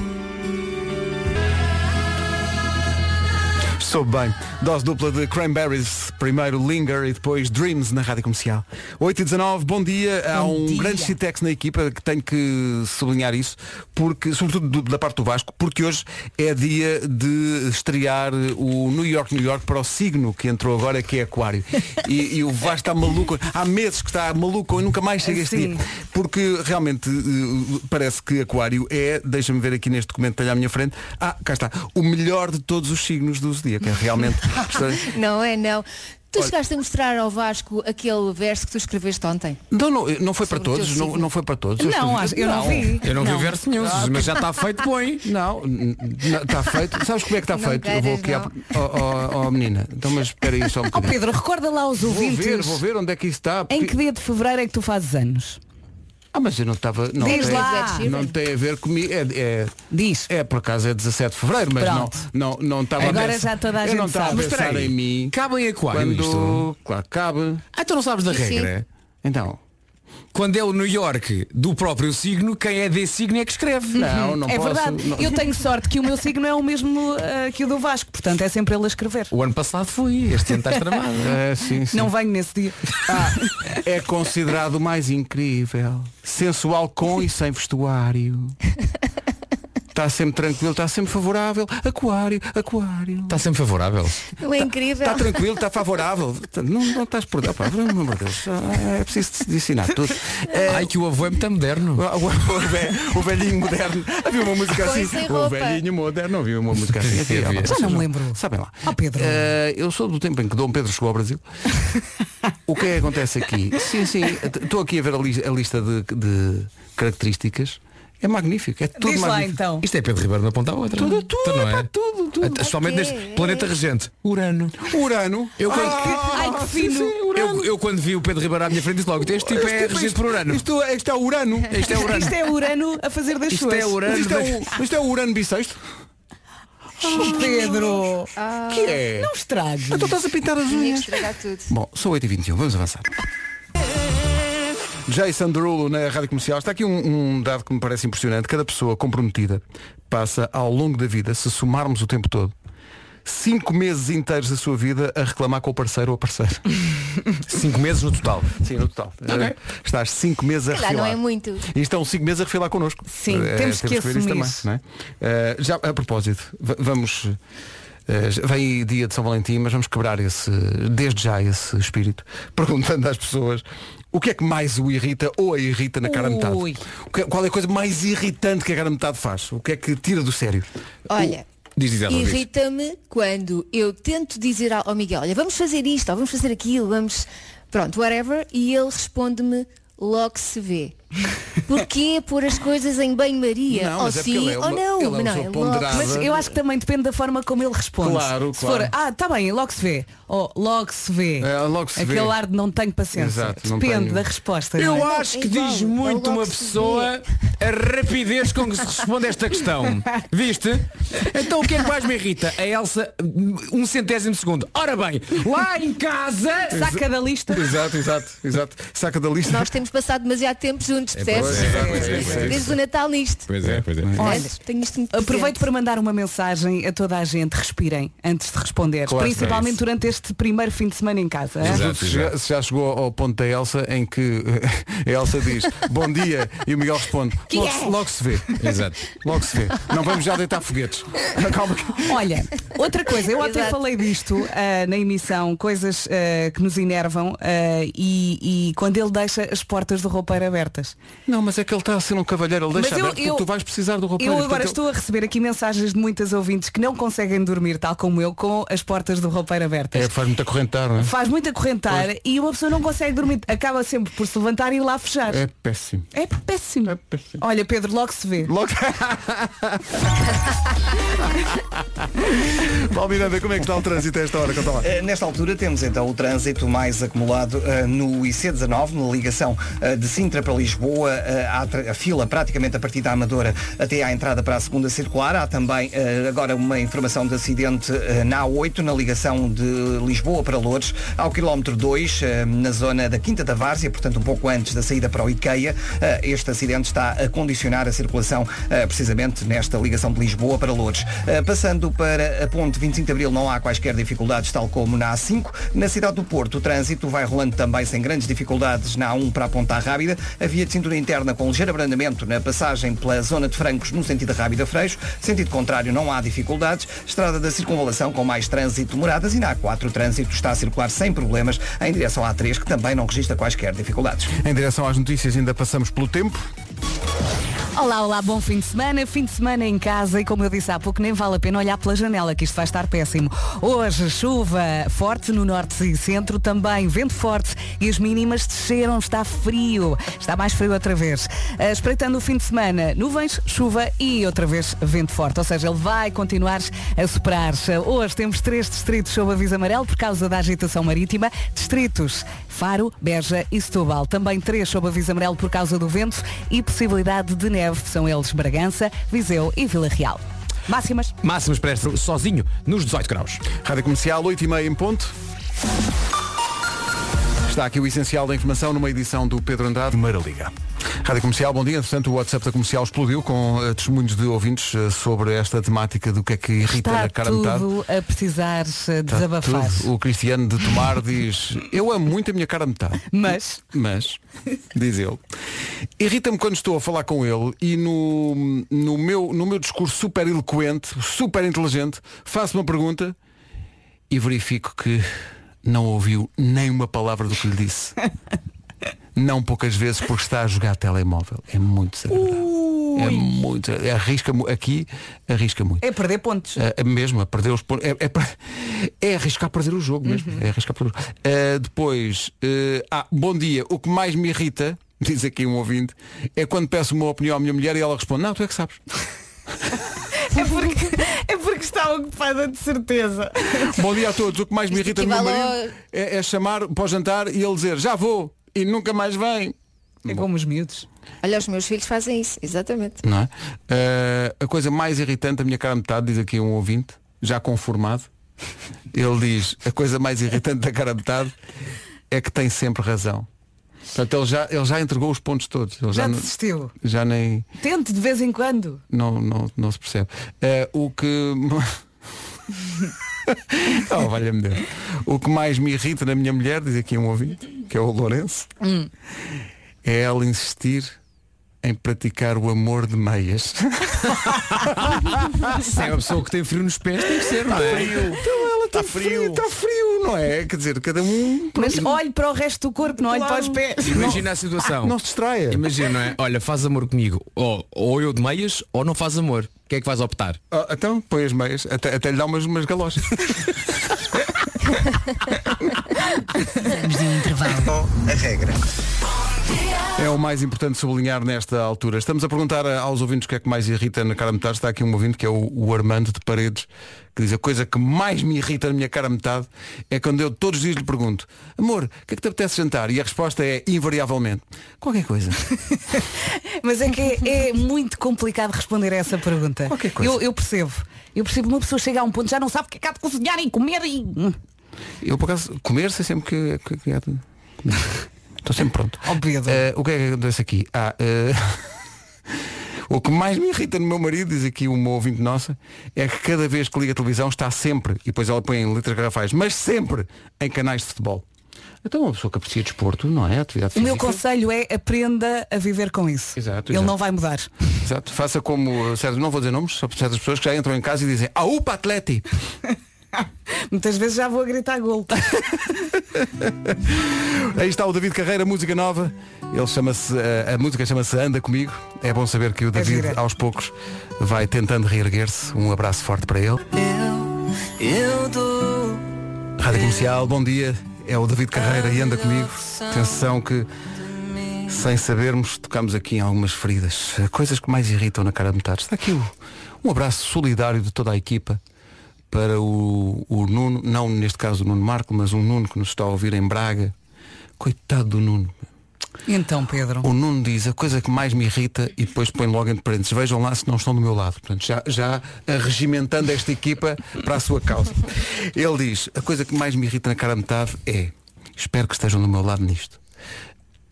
S1: Soube bem. Dose dupla de Cranberries, primeiro Linger e depois Dreams na Rádio Comercial. 8 e 19 bom dia. Há
S2: Bom
S1: um
S2: dia.
S1: grande Citex na equipa que tenho que sublinhar isso, porque, sobretudo do- da parte do Vasco, porque hoje é dia de estrear o New York, New York para o signo que entrou agora, que é Aquário. E, e o Vasco está maluco. Há meses que está maluco e nunca mais chega este tipo.
S2: Sim.
S1: dia. Porque realmente eh, parece que Aquário é, deixa-me ver aqui neste documento que tenho à minha frente, ah, cá está, o melhor de todos os signos do zodíaco. É realmente.
S3: Não é não. Tu chegaste a mostrar ao Vasco aquele verso que tu escreveste ontem.
S1: não, não, não foi para
S3: Sobre o teu
S1: todos, não,
S3: signo.
S1: não foi para todos.
S2: Não, acho- eu não vi.
S8: Eu não, vi verso nenhum, mas já está feito bom, hein?
S1: Ah, Não, está feito. Sabes como é que está
S3: Não
S1: feito? eu
S3: queiras,
S1: vou aqui à. Oh, oh, oh, menina, então mas espera aí só um
S2: Ó
S1: bocadinho.
S2: Pedro, recorda lá os
S1: vou
S2: ouvintes.
S1: ver, vou ver onde é que isso está.
S2: Em
S1: porque-
S2: que dia de fevereiro é que tu fazes anos?
S1: Ah, mas eu não estava. Não,
S2: Diz
S1: tem-
S2: lá.
S1: não tem a ver comigo. É,
S2: Diz.
S1: é, é, por acaso é 17 de Fevereiro, mas
S2: Pronto.
S1: não, não, não estava
S2: Agora
S1: a pensar.
S2: já toda a
S1: eu
S2: gente
S1: não estava a
S2: sabe. Mas
S1: pensar em mim.
S8: Cabe em aquário
S1: Quando.
S8: isto.
S1: Claro, cabe.
S8: Ah, tu não sabes da
S3: Sim, sim.
S8: regra?
S1: Então.
S8: quando é o New York do próprio signo, quem é de signo é que escreve.
S1: Não, não
S2: é
S1: posso.
S2: verdade.
S1: Não-
S2: Eu tenho sorte que o meu signo é o mesmo ah, que o do Vasco, portanto é sempre ele a escrever.
S8: O ano passado fui, este ano estás tramado.
S1: É, sim, sim.
S2: tá Não venho nesse dia.
S1: É considerado o mais incrível. Sensual com e sem vestuário. Está sempre tranquilo, está sempre favorável. Aquário, aquário.
S2: Tá
S8: Está sempre favorável.
S3: Não é incrível?
S1: Está Tá tranquilo, está favorável. Não, não estás por dar, pá, pelo amor de Deus. Ah, É preciso te ensinar tudo. É,
S8: Ai, que o avô é muito moderno.
S1: o, o ve- o velhinho moderno. Havia uma música
S3: Foi
S1: assim.
S3: sem
S1: O
S3: roupa.
S1: velhinho moderno. Havia uma música assim. Havia,
S8: Havia.
S1: pá,
S2: Já não
S1: vocês
S2: me lembro.
S1: Sabem lá.
S2: Ah, Pedro.
S1: Eh, eu sou do tempo em que Dom Pedro chegou ao Brasil. o que é que acontece aqui? Sim, sim. Estou aqui a ver a, li- a lista de, de características. É magnífico. É tudo
S2: Diz lá
S1: magnífico.
S2: então.
S8: Isto é Pedro Ribeiro na ponta à outra.
S1: Tudo, tudo,
S8: Então, não
S1: pá, tudo, tudo.
S8: Até- Especialmente
S3: Ok.
S8: neste planeta regente. Urano.
S1: Urano.
S8: Eu,
S1: Ah,
S8: quando,
S2: Ai, que
S1: sim,
S2: fino.
S1: sim, Urano.
S8: eu, eu quando vi o Pedro Ribeiro à minha frente disse logo, este tipo é
S1: Isto-
S8: regido por Urano.
S1: Isto, é- isto é Urano. Isto é Urano.
S2: Isto é Urano a fazer das
S8: Isto
S2: suas.
S8: é Urano.
S1: Isto é o, isto é o Urano bissexto?
S2: Oh,
S8: é
S2: Pedro.
S1: que é?
S2: Não estragues.
S1: Então estás a pintar as
S3: Ah. Tinha que
S1: unhas.
S3: estragar tudo.
S1: Bom, são 8h21, vamos avançar. Jason Derulo na Rádio Comercial. Está aqui um, um dado que me parece impressionante. Cada pessoa comprometida passa ao longo da vida, se somarmos o tempo todo, cinco meses inteiros da sua vida a reclamar com o parceiro ou a parceira.
S8: Cinco meses no total.
S1: Sim, no total. Eh, Estás cinco meses a
S3: Calhar não
S1: refilar.
S3: é muito.
S1: E estão cinco meses a refilar connosco.
S2: Sim,
S1: Eh,
S2: temos que
S1: ver isto
S2: assumir.
S1: também, não é? Eh, já a propósito, v- vamos. eh, já- vem aí dia de São Valentim, mas vamos quebrar esse, desde já esse espírito, perguntando às pessoas o que é que mais o irrita ou a irrita na cara a metade.
S2: Ui.
S1: O que- qual é a coisa mais irritante que a cara a metade faz? O que é que tira do sério?
S3: Olha.
S8: Diz, diz ela, diz.
S3: Irrita-me quando eu tento dizer ao ao Miguel, olha, vamos fazer isto, ou vamos fazer aquilo, vamos. Pronto, whatever, e ele responde-me logo se vê. Porquê pôr as coisas em bem-maria?
S1: Não,
S3: Ou
S1: mas é porque
S3: sim,
S1: ele é uma-
S3: ou não.
S1: ele é uma
S3: não,
S1: pessoa
S3: logo-
S1: ponderada.
S2: Mas eu acho que também depende da forma como ele responde.
S1: Claro,
S2: se
S1: claro.
S2: for, ah, tá bem, logo se vê. Ou logo se vê.
S1: É, logo se
S2: Aquele
S1: vê.
S2: ar de não tenho paciência.
S1: Exato, não
S2: depende
S1: tenho.
S2: da resposta.
S8: Eu
S2: não é?
S8: acho
S3: é
S8: que
S1: Então,
S3: igual,
S8: diz
S3: é
S8: muito
S3: logo
S8: uma
S3: que se
S8: pessoa a rapidez com que se responde a esta questão. Viste? Então o que é que mais me irrita? A Elsa, um centésimo de segundo. Ora bem, lá em casa.
S2: Saca da lista.
S1: Exato, exato, exato. Saca da lista.
S3: Nós temos passado demasiado tempo juntos,
S10: É
S1: É,
S3: percebes? Desde o Natal nisto.
S8: Pois é, pois é.
S3: percebes? Tenho isto muito presente.
S2: Aproveito para mandar uma mensagem a toda a gente. Respirem antes de responder.
S1: Claro,
S2: principalmente
S8: é isso.
S2: durante este primeiro fim de semana em casa. é?
S8: Exato,
S1: Se já, se já chegou ao ponto da Elsa em que eh, a Elsa diz bom dia e o Miguel responde
S3: Que
S1: logo,
S3: é?
S1: se- logo se vê.
S8: Exato.
S1: Logo se vê. Não vamos já deitar foguetes. Calma que...
S2: Olha, outra coisa, eu ontem
S3: Exato.
S2: falei disto ah, na emissão, coisas ah, que nos enervam ah, e, e quando ele deixa as portas do roupeiro abertas.
S1: Não, mas é que ele está a ser um cavalheiro, ele
S2: Mas
S1: deixa
S2: eu-
S1: aberto
S2: eu-
S1: porque tu vais precisar do roupeiro.
S2: Eu
S1: portanto,
S2: agora
S1: ele-
S2: estou a receber aqui mensagens de muitas ouvintes que não conseguem dormir, tal como eu, com as portas do roupeiro abertas.
S1: É, faz muita correntar, não é?
S2: Faz muito acorrentar e uma pessoa não consegue dormir, acaba sempre por se levantar e ir lá fechar.
S1: É
S2: É,
S1: péssimo.
S2: péssimo.
S1: É péssimo.
S2: Olha, Pedro, logo se vê.
S1: Logo... Paulo Miranda, como é que está o trânsito a esta hora? Conta lá.
S5: Eh, Nesta altura temos então o trânsito mais acumulado eh, no IC19, na ligação eh, de Sintra para Lisboa, eh, há tra- a fila praticamente a partir da Amadora até à entrada para a segunda circular. Há também eh, agora uma informação de acidente eh, na A8, na ligação de Lisboa para Lourdes, ao quilómetro 2, eh, na zona da Quinta da Várzea, portanto um pouco antes da saída para o IKEA. Eh, Este acidente está a condicionar a circulação eh, precisamente nesta ligação de Lisboa para Lourdes. Eh, Passando para a ponte 25 de Abril não há quaisquer dificuldades, tal como na A5. Na cidade do Porto, o trânsito vai rolando também sem grandes dificuldades na A1 para a Ponta Rábida. A via de cintura interna com ligeiro abrandamento na passagem pela zona de Francos no sentido da Rábida Freixo. Sentido contrário, não há dificuldades. Estrada da circunvalação com mais trânsito moradas e na A4 o trânsito está a circular sem problemas em direção à A3, que também não registra quaisquer dificuldades.
S1: Em direção às notícias ainda passamos pelo tempo.
S2: Olá, olá, bom fim de semana, fim de semana em casa e como eu disse há pouco, nem vale a pena olhar pela janela que isto vai estar péssimo. Hoje, chuva forte no norte e centro, também vento forte e as mínimas desceram, está frio, está mais frio outra vez. Ah, Espreitando o fim de semana, nuvens, chuva e outra vez vento forte, ou seja, ele vai continuar a superar. Hoje temos três distritos sob aviso amarelo por causa da agitação marítima, distritos Faro, Beja e Setúbal. Também três sob aviso amarelo por causa do vento e possibilidade de neve. São eles Bragança, Viseu e Vila Real. Máximas.
S8: Máximos para esta- sozinho nos 18 graus.
S1: Rádio Comercial, 8h30 em ponto. Está aqui o essencial da informação numa edição do Pedro Andrade.
S6: Primeira Liga.
S1: Rádio Comercial, bom dia. Entretanto, o WhatsApp da Comercial explodiu com eh, testemunhos de ouvintes eh, sobre esta temática do que é que irrita
S2: Está
S1: na cara de metade.
S2: tudo a precisar eh,
S1: Está
S2: desabafar.
S1: Tá tudo. O Cristiano de Tomar diz Eu amo muito a minha cara de metade
S2: Mas
S1: Mas, diz ele Irrita-me quando estou a falar com ele E no, no, meu, no meu discurso super eloquente Super inteligente Faço uma pergunta E verifico que não ouviu nem uma palavra do que lhe disse Não poucas vezes porque está a jogar telemóvel É muito desagradável É muito, arrisca mu- aqui, arrisca muito.
S2: é perder pontos.
S1: É é mesmo, a perder os pontos. É, é per- é arriscar perder o jogo mesmo.
S3: Uhum.
S1: É arriscar perder o jogo. Eh, depois, eh, ah, bom dia. O que mais me irrita, diz aqui um ouvinte, é quando peço uma opinião à minha mulher e ela responde, não, tu é que sabes.
S2: É porque, é porque está ocupada de certeza.
S1: bom dia a todos. O que mais me
S3: Isto
S1: irrita no meu
S3: equivale ao-
S1: marido é, é chamar para o jantar e ele dizer, já vou, e nunca mais vem.
S2: É como os miúdos.
S3: Olha, os meus filhos fazem isso, exatamente.
S1: Não é? Eh, a coisa mais irritante, a minha cara a metade, diz aqui um ouvinte, já conformado, ele diz, a coisa mais irritante da cara a metade é que tem sempre razão. Portanto, ele já, ele já entregou os pontos todos. Ele já,
S2: Já
S1: não-
S2: desistiu.
S1: já nem.
S2: Tente de vez em quando.
S1: Não, não, não se percebe. Eh, o que. oh, valha-me Deus. O que mais me irrita na minha mulher, diz aqui um ouvinte, que é o Lourenço, é ela insistir em praticar o amor de meias.
S8: Se é uma pessoa que tem frio nos pés, tem que ser, não é?
S1: Então ela está frio, está frio, não é? Quer dizer, cada um
S2: Mas olhe para o resto do corpo, não olhe para os então pés.
S8: Imagina a situação.
S1: não se distraia.
S8: Imagina, não é? Olha, faz amor comigo. Ou, ou eu de meias ou não faz amor. O que é que vais optar?
S1: Ah, então põe as meias, até, até é, lhe dá umas, umas galochas.
S8: um
S5: A regra.
S1: É o mais importante sublinhar nesta altura. Estamos a perguntar a- aos ouvintes o que é que mais irrita na cara a metade. Está aqui um ouvinte que é o, o Armando de Paredes, que diz a coisa que mais me irrita na minha cara a metade é quando eu todos os dias lhe pergunto, amor, o que é que te apetece jantar? E a resposta é invariavelmente, qualquer coisa.
S2: Mas é que é, é muito complicado responder a essa pergunta.
S1: Qualquer coisa.
S2: Eu, eu percebo. Eu percebo que uma pessoa chega a um ponto já não sabe o que é que há de cozinhar e comer e. Hum,
S1: Eu por acaso comer sei sempre que, que, que há de comer. Estou sempre pronto.
S2: Ó, Pedro.
S1: Eh, o que é que acontece aqui? Ah, eh, o que mais me irrita no meu marido, diz aqui uma ouvinte nossa, é que cada vez que liga a televisão está sempre, e depois ela põe em letras garrafais, mas sempre em canais de futebol. Então uma pessoa que aprecia desporto, não é? Atividade
S2: O meu
S1: física. é.
S2: conselho é aprenda a viver com isso.
S1: Exato,
S2: Ele
S1: exato.
S2: não vai mudar.
S1: Exato. Faça como, eh, certo, não vou dizer nomes, só por certas pessoas que já entram em casa e dizem, ah, upa, atleti!
S2: Muitas vezes já vou a gritar gol.
S1: Aí está o David Carreira, música nova. Ele chama-se, eh, a música chama-se Anda Comigo. É bom saber que o David,
S2: gira.
S1: aos poucos, vai tentando reerguer-se. Um abraço forte para ele. Rádio Comercial, bom dia. É o David Carreira e Anda Comigo. Atenção que, sem sabermos, tocamos aqui em algumas feridas. Coisas que mais irritam na cara de metade. Está aqui o- um abraço solidário de toda a equipa para o, o Nuno, não neste caso o Nuno Marco, mas um Nuno que nos está a ouvir em Braga. Coitado do Nuno.
S2: Então, Pedro.
S1: O Nuno diz a coisa que mais me irrita e depois põe logo entre parênteses. Vejam lá se não estão do meu lado. Portanto, já, já regimentando esta equipa para a sua causa. Ele diz, a coisa que mais me irrita na cara a metade é, espero que estejam do meu lado nisto.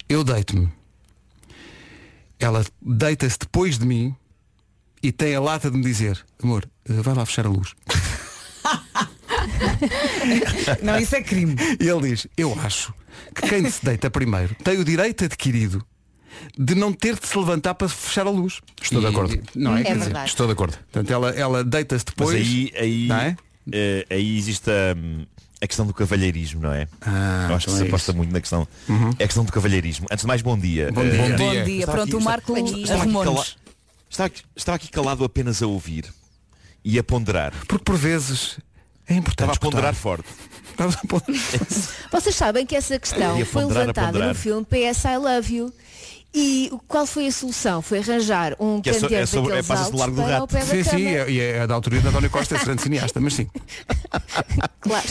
S1: Eu deito-me. Ela deita-se depois de mim e tem a lata de me dizer, amor, eh, vai lá fechar a luz.
S2: Não, isso é crime.
S1: E ele diz, eu acho que quem se deita primeiro tem o direito adquirido de não ter de se levantar para fechar a luz.
S8: Estou de acordo.
S1: Não é?
S3: É
S1: Quer dizer,
S3: verdade.
S8: Estou de acordo.
S1: portanto, ela, ela deita-se
S10: Mas
S1: depois.
S10: aí, aí,
S1: não é?
S10: eh, aí existe a, hum, a questão do cavalheirismo, não é?
S1: Ah,
S10: Eu acho que
S1: então
S10: se
S1: é Uhum.
S10: aposta muito na questão. É a questão do cavalheirismo. Antes de mais, bom dia.
S1: Bom dia.
S10: Eh,
S2: Bom
S8: dia.
S2: dia.
S10: Está
S2: Pronto,
S10: aqui,
S2: o
S10: está-
S2: Marco
S10: está aqui
S2: arrumou-nos.
S10: cala- Está aqui, está aqui calado apenas a ouvir e a ponderar.
S1: Porque por vezes é importante.
S10: Estava a ponderar
S1: escutar.
S10: forte.
S1: Estava a ponderar.
S3: Vocês sabem que essa questão
S10: Ia
S3: foi
S10: ponderar, a
S3: levantada
S10: ponderar.
S3: no filme PS I Love You. E o- qual foi a solução? Foi arranjar um
S10: Que é so-
S3: candeeiro
S10: é sobre- é
S3: daqueles
S10: passas de
S3: altos
S10: largo do
S3: para
S10: rato.
S3: ao pé da
S1: Sim,
S3: cama.
S1: sim, é, e é da autoria de António Costa, esse grande cineasta, mas sim.
S3: Claro.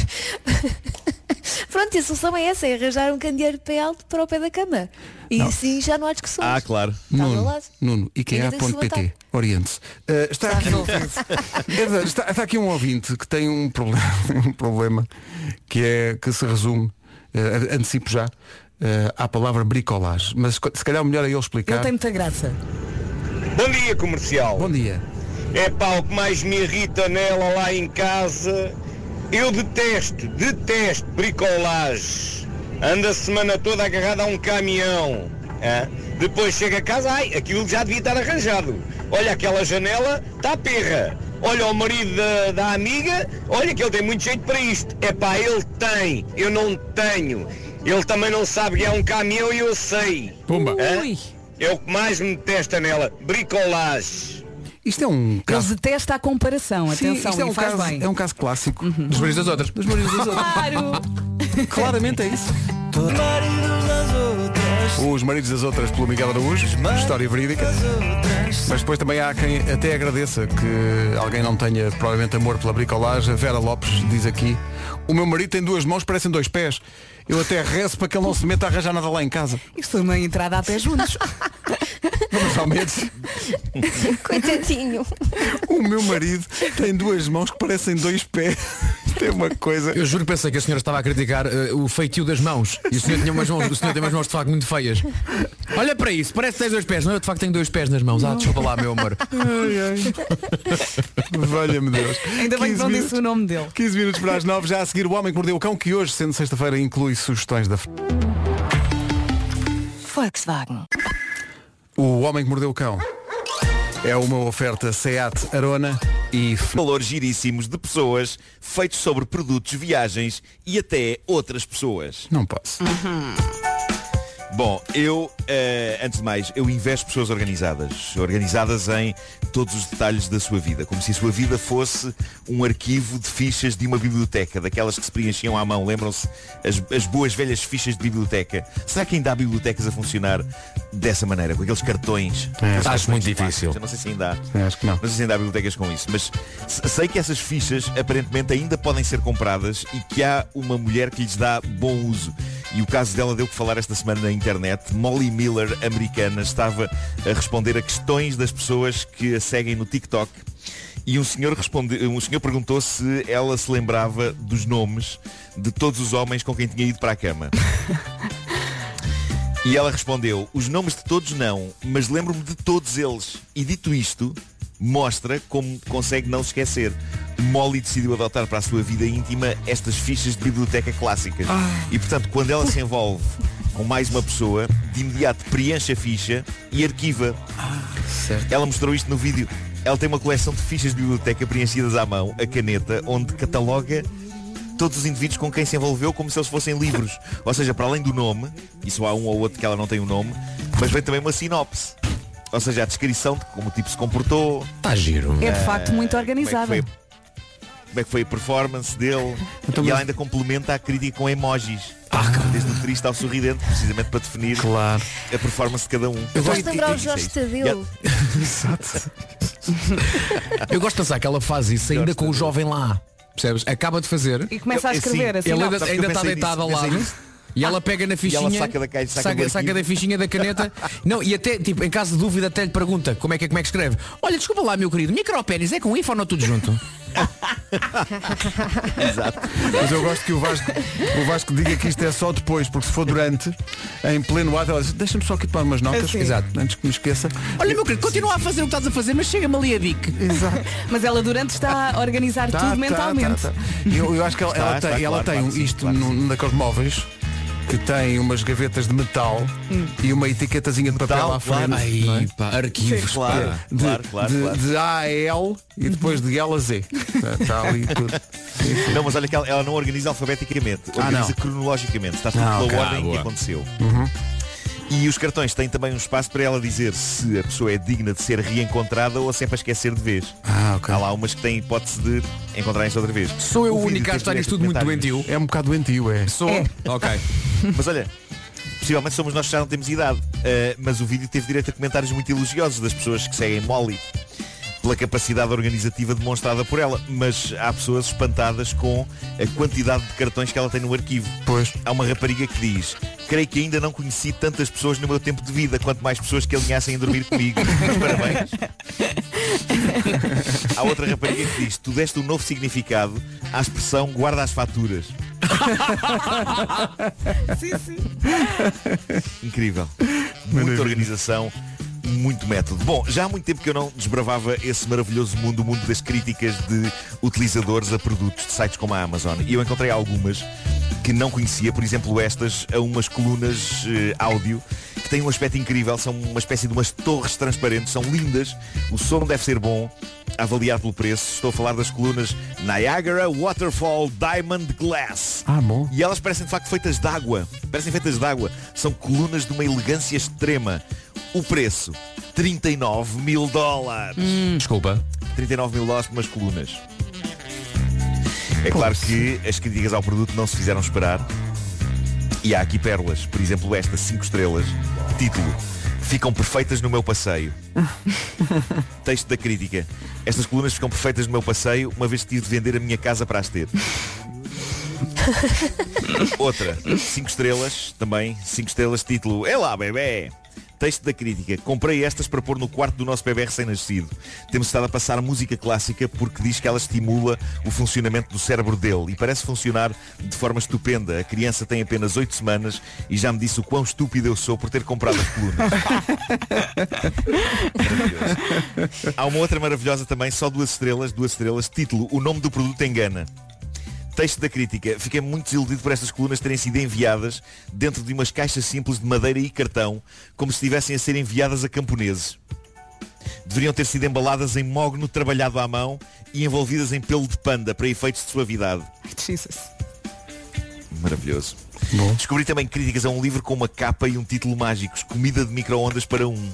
S3: Pronto, e a solução é essa, é arranjar um candeeiro de pé alto para o pé da cama. E assim já não há discussões.
S10: Ah, claro.
S3: Está Tá ao meu
S1: Nuno,
S3: lado.
S1: Nuno é
S3: Ainda tem que se
S1: IKEA.pt,
S3: levantar.
S1: oriente-se. Eh, está, aqui, É verdade, está, está aqui um ouvinte que tem um problema, um problema que é que se resume eh, antecipo já, eh, à palavra bricolage. Mas se calhar o melhor é ele explicar.
S2: Ele tem muita graça.
S11: Bom dia, comercial.
S1: Bom dia.
S11: É pá, o que mais me irrita nela lá em casa. Eu detesto, detesto bricolage. Anda a semana toda agarrada a um caminhão. hã? Depois chega a casa, ai, aquilo já devia estar arranjado. Olha aquela janela, está perra. Olha o marido da, da amiga, olha que ele tem muito jeito para isto. É pá, ele tem, eu não tenho. Ele também não sabe que é um caminhão e eu sei.
S1: Pumba.
S11: Hã? É o que mais me detesta nela, bricolage.
S1: Isto é um
S2: Eles
S1: caso.
S2: detestam a comparação,
S1: Sim,
S2: atenção,
S1: isto é um,
S2: e faz
S1: caso,
S2: bem.
S1: é um caso clássico.
S3: Uhum.
S8: Dos maridos das outras.
S1: Dos maridos das outras. Claramente é isso. Os maridos das outras pelo Miguel Araújo, história verídica. Mas depois também há quem até agradeça que alguém não tenha provavelmente amor pela bricolagem. A Vera Lopes diz aqui, o meu marido tem duas mãos, parecem dois pés. Eu até rezo para que ele não se meta a arranjar nada lá em casa.
S2: Isto foi uma entrada a pé juntos.
S1: Mas realmente,
S3: Coitadinho.
S1: o meu marido tem duas mãos que parecem dois pés. Tem uma coisa.
S8: Eu juro que pensei que a senhora estava a criticar eh, o feitio das mãos. E o senhor, tinha umas mãos, o senhor tem umas mãos de facto muito feias. Olha para isso, parece que tens dois pés. Não, eu de facto tenho dois pés nas mãos. Ah, desculpa lá, meu amor.
S1: Valha-me Deus.
S2: Ainda bem que
S1: 15
S2: não
S1: minutos.
S2: disse o nome dele.
S1: 15 minutos para as 9, já a seguir o Homem que Mordeu o Cão, que hoje, sendo sexta-feira, inclui sugestões da...
S12: Volkswagen.
S1: O Homem que Mordeu o Cão é uma oferta SEAT Arona e...
S10: Valores giríssimos de pessoas feitos sobre produtos, viagens e até outras pessoas. Uhum.
S1: Não posso.
S10: Bom, eu, eh, antes de mais, eu investo pessoas organizadas. Organizadas em todos os detalhes da sua vida. Como se a sua vida fosse um arquivo de fichas de uma biblioteca, daquelas que se preenchiam à mão. Lembram-se? As, as boas velhas fichas de biblioteca. Será que ainda há bibliotecas a funcionar dessa maneira? Com aqueles cartões? Aqueles cartões
S8: acho muito
S10: de passos.
S8: difícil.
S10: é Eu não sei se ainda há.
S1: acho que não.
S10: Não sei se ainda há bibliotecas com isso, mas se- sei que essas fichas aparentemente ainda podem ser compradas e que há uma mulher que lhes dá bom uso. E o caso dela deu que falar esta semana na internet. Molly Miller, americana, estava a responder a questões das pessoas que a seguem no TikTok. E um senhor, responde, um senhor perguntou se ela se lembrava dos nomes de todos os homens com quem tinha ido para a cama. E ela respondeu, os nomes de todos não, mas lembro-me de todos eles. E dito isto, mostra como consegue não se esquecer. Molly decidiu adotar para a sua vida íntima estas fichas de biblioteca clássicas. E portanto, quando ela se envolve com mais uma pessoa, de imediato preenche a ficha e arquiva. Ela mostrou isto no vídeo. Ela tem uma coleção de fichas de biblioteca preenchidas à mão, a caneta, onde cataloga todos os indivíduos com quem se envolveu como se eles fossem livros. Ou seja, para além do nome, e só há um ou outro que ela não tem o nome, mas vem também uma sinopse. Ou seja, a descrição de como o tipo se comportou,
S8: Está giro.
S2: É de facto muito
S10: como
S2: organizada.
S10: é que foi, como é que foi a performance dele.
S1: Então,
S10: e
S1: mas- Ah,
S10: ela ainda complementa a crítica com emojis. Desde o triste ao sorridente, precisamente para definir
S1: Claro.
S10: a performance de cada um.
S8: Eu
S3: Vais
S8: gosto,
S3: lembrar o Jorge Tadeu.
S1: Exato.
S8: eu gosto de pensar que ela faz isso ainda com o jovem lá. Percebes? Acaba de fazer.
S2: E começa a
S10: Eu- é, sim.
S2: escrever assim.
S8: Ele
S2: não.
S8: ainda,
S10: Sabe que
S8: ainda
S10: eu
S8: está
S10: pensei
S8: deitado ao
S10: nisso,
S8: lado.
S10: pensei
S8: E ela pega na
S10: ela
S8: fichinha
S10: saca da caixa, saca do
S8: saca,
S10: arquivo.
S8: saca da fichinha da caneta Não, e até, tipo, em caso de dúvida até lhe pergunta Como é que é, como é que escreve Olha, desculpa lá, meu querido, micropénis é com info ou não tudo junto?
S1: Mas eu gosto que o Vasco, o Vasco diga que isto é só depois, porque se for durante, em pleno ar, ela diz, deixa-me só aqui tomar umas notas,
S2: Assim.
S1: Exato. antes que me esqueça.
S8: Olha, meu querido, continua a fazer o que estás a fazer Mas chega-me ali a bique
S2: Mas ela durante está a organizar
S1: Tá,
S2: tudo
S1: tá,
S2: mentalmente.
S1: tá, tá. Eu, eu acho que ela,
S10: Está,
S1: ela
S10: está,
S1: tem,
S10: claro,
S1: ela tem
S10: claro que sim,
S1: isto
S10: claro que
S1: num, num daqueles móveis que tem umas gavetas de metal e uma etiquetazinha de papel
S10: Metal,
S1: à frente.
S10: claro.
S1: não é?
S8: Ai, pá, arquivos,
S10: Claro,
S8: pá.
S1: De,
S10: claro, claro,
S1: de-
S10: claro.
S1: de ah, A a L e depois de L a Z. Está ali tudo.
S10: Não, mas olha que ela, ela não organiza alfabeticamente,
S1: Ah,
S10: organiza
S1: não.
S10: cronologicamente, está tudo
S1: Ah,
S10: pela
S1: ok.
S10: ordem
S1: Ah,
S10: que
S1: boa.
S10: aconteceu. E os cartões têm também um espaço para ela dizer se a pessoa é digna de ser reencontrada ou sempre a esquecer de vez.
S1: Ah, ok.
S10: Há lá umas que têm hipótese de encontrarem-se outra vez.
S8: Sou eu o
S10: vídeo
S8: único a
S10: tem
S8: estar nisto tudo muito
S10: 300 comentários.
S8: doentio
S1: É um bocado doentio, é.
S8: Sou? Ok
S10: Mas olha, possivelmente somos nós que já não temos idade. Uh, mas o vídeo teve direito a comentários muito elogiosos das pessoas que seguem Molly pela capacidade organizativa demonstrada por ela. Mas há pessoas espantadas com a quantidade de cartões que ela tem no arquivo.
S1: Pois.
S10: Há uma rapariga que diz Creio que ainda não conheci tantas pessoas no meu tempo de vida Quanto mais pessoas que alinhassem a dormir comigo Mas parabéns Há outra rapariga que diz Tu deste um novo significado À expressão guarda as faturas
S2: sim, sim.
S10: Incrível. Muita organização, muito método. Bom, já há muito tempo que eu não desbravava esse maravilhoso mundo, o mundo das críticas de utilizadores a produtos de sites como a Amazon. E eu encontrei algumas que não conhecia, por exemplo, estas, a umas colunas eh, áudio que têm um aspecto incrível, são uma espécie de umas torres transparentes, são lindas, o som deve ser bom, a avaliar pelo preço, estou a falar das colunas Niagara Waterfall Diamond Glass.
S1: Ah, bom.
S10: E elas parecem de facto feitas de água. Parecem feitas de água. São colunas de uma elegância extrema. O preço, 39 mil dólares.
S1: Hum.
S8: Desculpa.
S10: 39 mil dólares por umas colunas. É claro que as críticas ao produto não se fizeram esperar. E há aqui pérolas. Por exemplo, esta, 5 estrelas. Título. Ficam perfeitas no meu passeio. Texto da crítica. Estas colunas ficam perfeitas no meu passeio, uma vez que tive de vender a minha casa para as ter. Outra, 5 estrelas, também, 5 estrelas, título É lá, bebê! Texto da crítica. Comprei estas para pôr no quarto do nosso bebê recém-nascido. Temos estado a passar música clássica porque diz que ela estimula o funcionamento do cérebro dele e parece funcionar de forma estupenda. A criança tem apenas 8 semanas e já me disse o quão estúpido eu sou por ter comprado as colunas. Há uma outra maravilhosa também, só duas estrelas, duas estrelas, título O nome do produto engana. Texto da crítica. Fiquei muito desiludido por estas colunas terem sido enviadas dentro de umas caixas simples de madeira e cartão, como se estivessem a ser enviadas a camponeses. Deveriam ter sido embaladas em mogno trabalhado à mão e envolvidas em pelo de panda para efeitos de suavidade.
S2: Jesus.
S10: Maravilhoso. Descobri também críticas a um livro com uma capa e um título mágicos. Comida de micro-ondas para um.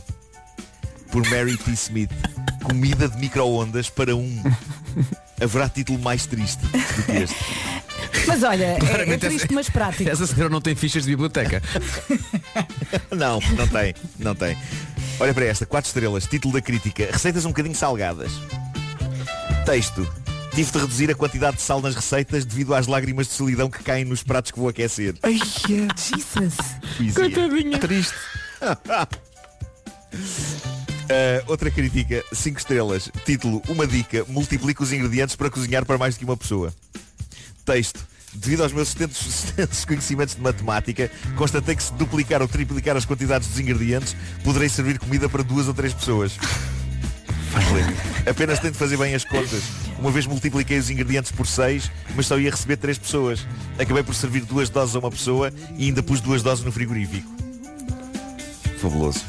S10: Por Mary T. Smith. Comida de micro-ondas para um. Haverá título mais triste do que este.
S2: Mas olha, é, é
S10: Claramente
S2: triste,
S10: essa-
S2: mas prático.
S8: Essa senhora não tem fichas de biblioteca.
S10: Não, não tem, não tem. Olha para esta, 4 estrelas, título da crítica, receitas um bocadinho salgadas. Texto. Tive de reduzir a quantidade de sal nas receitas devido às lágrimas de solidão que caem nos pratos que vou aquecer.
S2: Jesus.
S10: Poesia. Coitadinha.
S1: é. Triste.
S10: Ah, outra crítica, 5 estrelas, título, uma dica, multiplica os ingredientes para cozinhar para mais do que uma pessoa. Texto. Devido aos meus extensos, extensos conhecimentos de matemática, constatei que se duplicar ou triplicar as quantidades dos ingredientes, poderei servir comida para duas ou três pessoas. Excelente. Apenas tento fazer bem as contas. Uma vez multipliquei os ingredientes por seis, mas só ia receber três pessoas. Acabei por servir duas doses a uma pessoa e ainda pus duas doses no frigorífico. Fabuloso.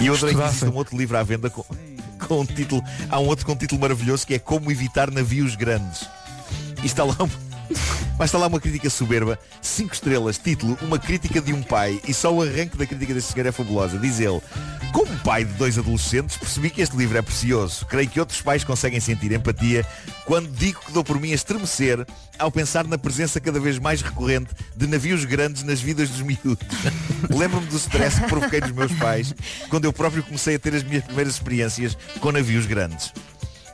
S10: E eu adorei que existe um outro livro à venda com, com um título. Há um outro com um título maravilhoso que é Como Evitar Navios Grandes. E está lá um. Mas está lá uma crítica soberba, 5 estrelas, título, uma crítica de um pai e só o arranque da crítica deste senhor é fabulosa. Diz ele, como pai de dois adolescentes, percebi que este livro é precioso. Creio que outros pais conseguem sentir empatia quando digo que dou por mim a estremecer ao pensar na presença cada vez mais recorrente de navios grandes nas vidas dos miúdos. Lembro-me do stress que provoquei nos meus pais quando eu próprio comecei a ter as minhas primeiras experiências com navios grandes.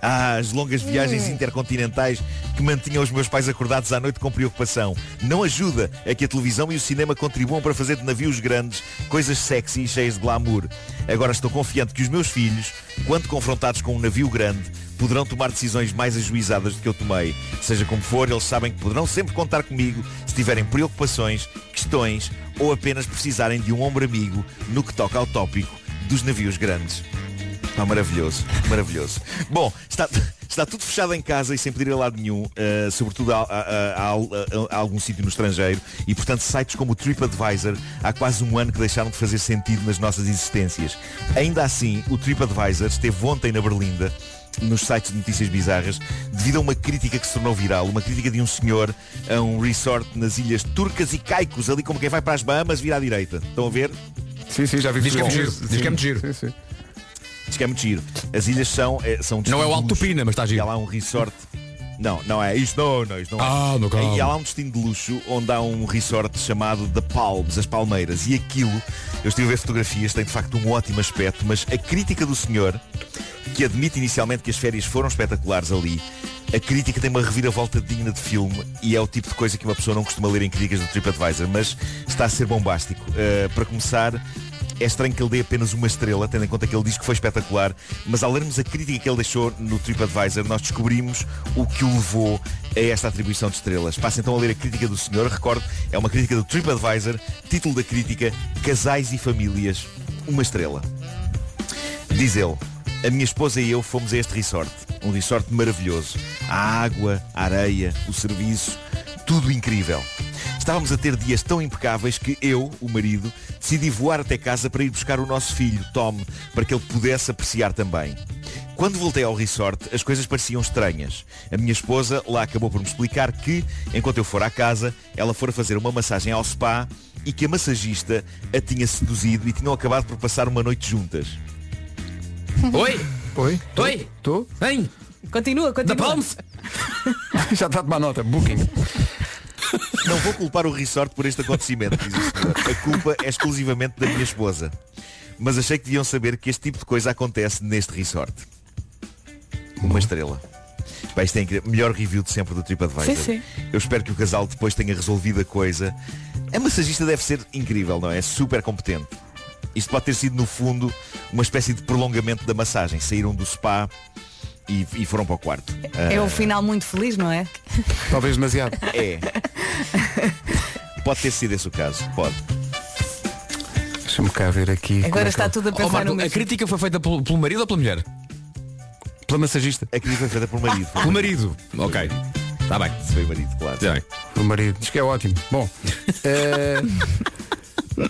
S10: Ah, as longas viagens intercontinentais que mantinham os meus pais acordados à noite com preocupação. Não ajuda a que a televisão e o cinema contribuam para fazer de navios grandes coisas sexy e cheias de glamour. Agora estou confiante que os meus filhos, quando confrontados com um navio grande, poderão tomar decisões mais ajuizadas do que eu tomei. Seja como for, eles sabem que poderão sempre contar comigo se tiverem preocupações, questões ou apenas precisarem de um ombro amigo no que toca ao tópico dos navios grandes. Ah, maravilhoso, maravilhoso. Bom, está, está tudo fechado em casa e sem poder ir a lado nenhum, eh, sobretudo a, a- a- a- a algum sítio no estrangeiro, e portanto sites como o TripAdvisor há quase um ano que deixaram de fazer sentido nas nossas existências. Ainda assim, o TripAdvisor esteve ontem na Berlinda, nos sites de notícias bizarras, devido a uma crítica que se tornou viral, uma crítica de um senhor a um resort nas ilhas turcas e caicos, ali como quem vai para as Bahamas, vira à direita. Estão a ver?
S1: Sim, sim, já vi
S10: Diz que é
S1: futebol.
S10: muito giro, diz que é muito giro. Diz que é muito giro. As ilhas são, eh, são
S8: Não é o Alto
S10: Tupina, mas está giro. E há lá um resort. Não, não é. Isto não, não, isto não
S8: Ah,
S10: é.
S8: no caso.
S10: E há lá um destino de luxo onde há um resort chamado The Palms, as Palmeiras. E aquilo, eu estive a ver fotografias, tem de facto um ótimo aspecto, mas a crítica do senhor, que admite inicialmente que as férias foram espetaculares ali, a crítica tem uma reviravolta digna de filme e é o tipo de coisa que uma pessoa não costuma ler em críticas do TripAdvisor, mas está a ser bombástico. Eh, para começar, É estranho que ele dê apenas uma estrela, tendo em conta que ele diz que foi espetacular, mas ao lermos a crítica que ele deixou no TripAdvisor, nós descobrimos o que o levou a esta atribuição de estrelas. Passa então a ler a crítica do senhor, recordo, é uma crítica do TripAdvisor, título da crítica, Casais e Famílias, uma estrela. Diz ele, a minha esposa e eu fomos a este resort, um resort maravilhoso. A água, a areia, o serviço, tudo incrível. Estávamos a ter dias tão impecáveis que eu, o marido, decidi voar até casa para ir buscar o nosso filho, Tom, para que ele pudesse apreciar também. Quando voltei ao resort, as coisas pareciam estranhas. A minha esposa lá acabou por me explicar que, enquanto eu for à casa, ela fora fazer uma massagem ao spa e que a massagista a tinha seduzido e tinham acabado por passar uma noite juntas.
S8: Oi!
S1: Oi?
S8: Oi!
S1: Tu?
S8: Vem!
S2: Continua, continua.
S1: Já está a tomar nota. Booking.
S10: Não vou culpar o resort por este acontecimento, diz o senhor. A culpa é exclusivamente da minha esposa. Mas achei que deviam saber que este tipo de coisa acontece neste resort. Uma estrela. Pá, isto é incrível. Melhor review de sempre do
S2: Sim,
S10: TripAdvisor.
S2: sim.
S10: Eu espero que o casal depois tenha resolvido a coisa. A massagista deve ser incrível, não é? É Super competente. Isto pode ter sido, no fundo, uma espécie de prolongamento da massagem. Saíram do spa e, e foram para o quarto.
S2: É
S10: Ah,
S2: um final muito feliz, não é?
S1: Talvez demasiado.
S10: É. Pode ter sido esse o caso, pode.
S1: Deixa-me cá ver aqui. como é
S2: Agora
S1: que
S2: está
S1: ela-
S2: tudo a pensar
S8: Ó, Marco,
S2: no
S8: a
S2: mesmo.
S8: crítica foi feita pelo, pelo marido ou pela mulher? Ah,
S1: Pela massagista.
S10: A crítica foi feita por marido.
S8: Pelo marido. Ok. Está bem.
S10: Se foi marido, claro.
S8: Está bem.
S1: O marido. Diz que é ótimo. Bom. eh,